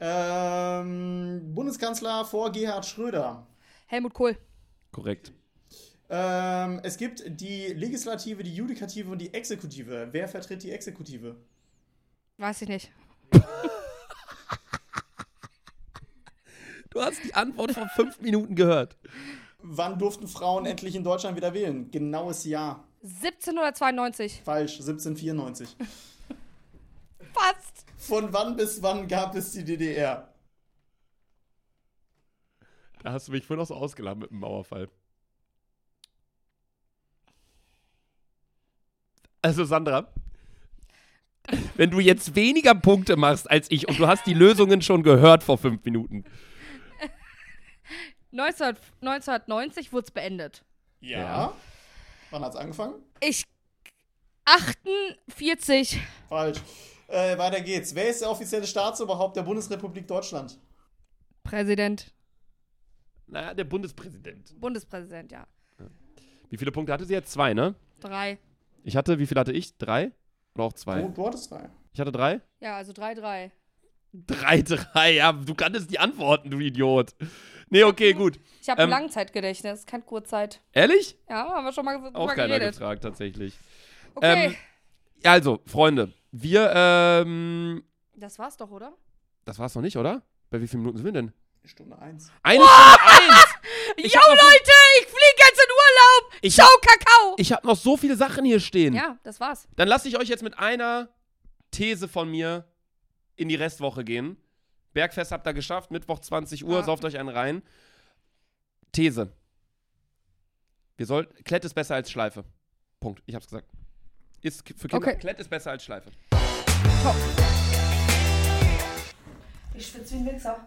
[SPEAKER 5] Ähm, Bundeskanzler vor Gerhard Schröder.
[SPEAKER 2] Helmut Kohl.
[SPEAKER 1] Korrekt.
[SPEAKER 5] Ähm, es gibt die Legislative, die Judikative und die Exekutive. Wer vertritt die Exekutive?
[SPEAKER 2] Weiß ich nicht.
[SPEAKER 1] Du hast die Antwort vor fünf Minuten gehört.
[SPEAKER 5] Wann durften Frauen endlich in Deutschland wieder wählen? Genaues Jahr.
[SPEAKER 2] 1792.
[SPEAKER 5] Falsch, 1794.
[SPEAKER 2] Fast.
[SPEAKER 5] Von wann bis wann gab es die DDR?
[SPEAKER 1] Da hast du mich vorhin auch so ausgeladen mit dem Mauerfall. Also Sandra, wenn du jetzt weniger Punkte machst als ich und du hast die Lösungen schon gehört vor fünf Minuten.
[SPEAKER 2] 19, 1990 wurde es beendet.
[SPEAKER 5] Ja.
[SPEAKER 1] Ja.
[SPEAKER 5] Wann hat's angefangen?
[SPEAKER 2] Ich. 48.
[SPEAKER 5] Falsch. Äh, weiter geht's. Wer ist der offizielle Staatsoberhaupt der Bundesrepublik Deutschland?
[SPEAKER 2] Präsident.
[SPEAKER 1] Naja, der Bundespräsident.
[SPEAKER 2] Bundespräsident, ja.
[SPEAKER 1] Wie viele Punkte hatte sie jetzt? Zwei, ne?
[SPEAKER 2] Drei.
[SPEAKER 1] Ich hatte, wie viele hatte ich? Drei? Oder auch zwei?
[SPEAKER 5] Oh,
[SPEAKER 2] Oh.
[SPEAKER 5] Du, du hattest drei.
[SPEAKER 1] Ich hatte drei?
[SPEAKER 2] Ja, also drei, drei.
[SPEAKER 1] Drei, drei, ja, du kanntest die Antworten, du Idiot. Nee, okay, gut.
[SPEAKER 2] Ich habe
[SPEAKER 1] Ähm.
[SPEAKER 2] ein Langzeitgedächtnis, kein Kurzzeit.
[SPEAKER 1] Ehrlich?
[SPEAKER 2] Ja, haben wir schon mal, drüber
[SPEAKER 1] Auch keiner
[SPEAKER 2] geredet.
[SPEAKER 1] gefragt, tatsächlich.
[SPEAKER 2] Okay.
[SPEAKER 1] Ähm, Ja, Also, Freunde, wir, ähm,
[SPEAKER 2] das war's doch, oder?
[SPEAKER 1] das war's noch nicht, oder? Bei wie vielen Minuten sind wir denn?
[SPEAKER 5] Stunde eins.
[SPEAKER 1] Eine Stunde eins! Ich
[SPEAKER 2] Jo,
[SPEAKER 1] hab noch so-
[SPEAKER 2] Leute, ich fliege jetzt in Urlaub.
[SPEAKER 1] Ich-
[SPEAKER 2] Ciao, Kakao.
[SPEAKER 1] Ich habe noch so viele Sachen hier stehen.
[SPEAKER 2] ja, das war's.
[SPEAKER 1] Dann lasse ich euch jetzt mit einer These von mir in die Restwoche gehen. Bergfest habt ihr geschafft, Mittwoch 20 Uhr,
[SPEAKER 2] Ja.
[SPEAKER 1] sauft euch einen rein. These. Wir sollten, Klett ist besser als Schleife. Punkt, ich hab's gesagt. Ist k- für Kinder,
[SPEAKER 2] Okay.
[SPEAKER 1] Klett ist besser als Schleife.
[SPEAKER 2] Ich schwitze wie ein Wichser.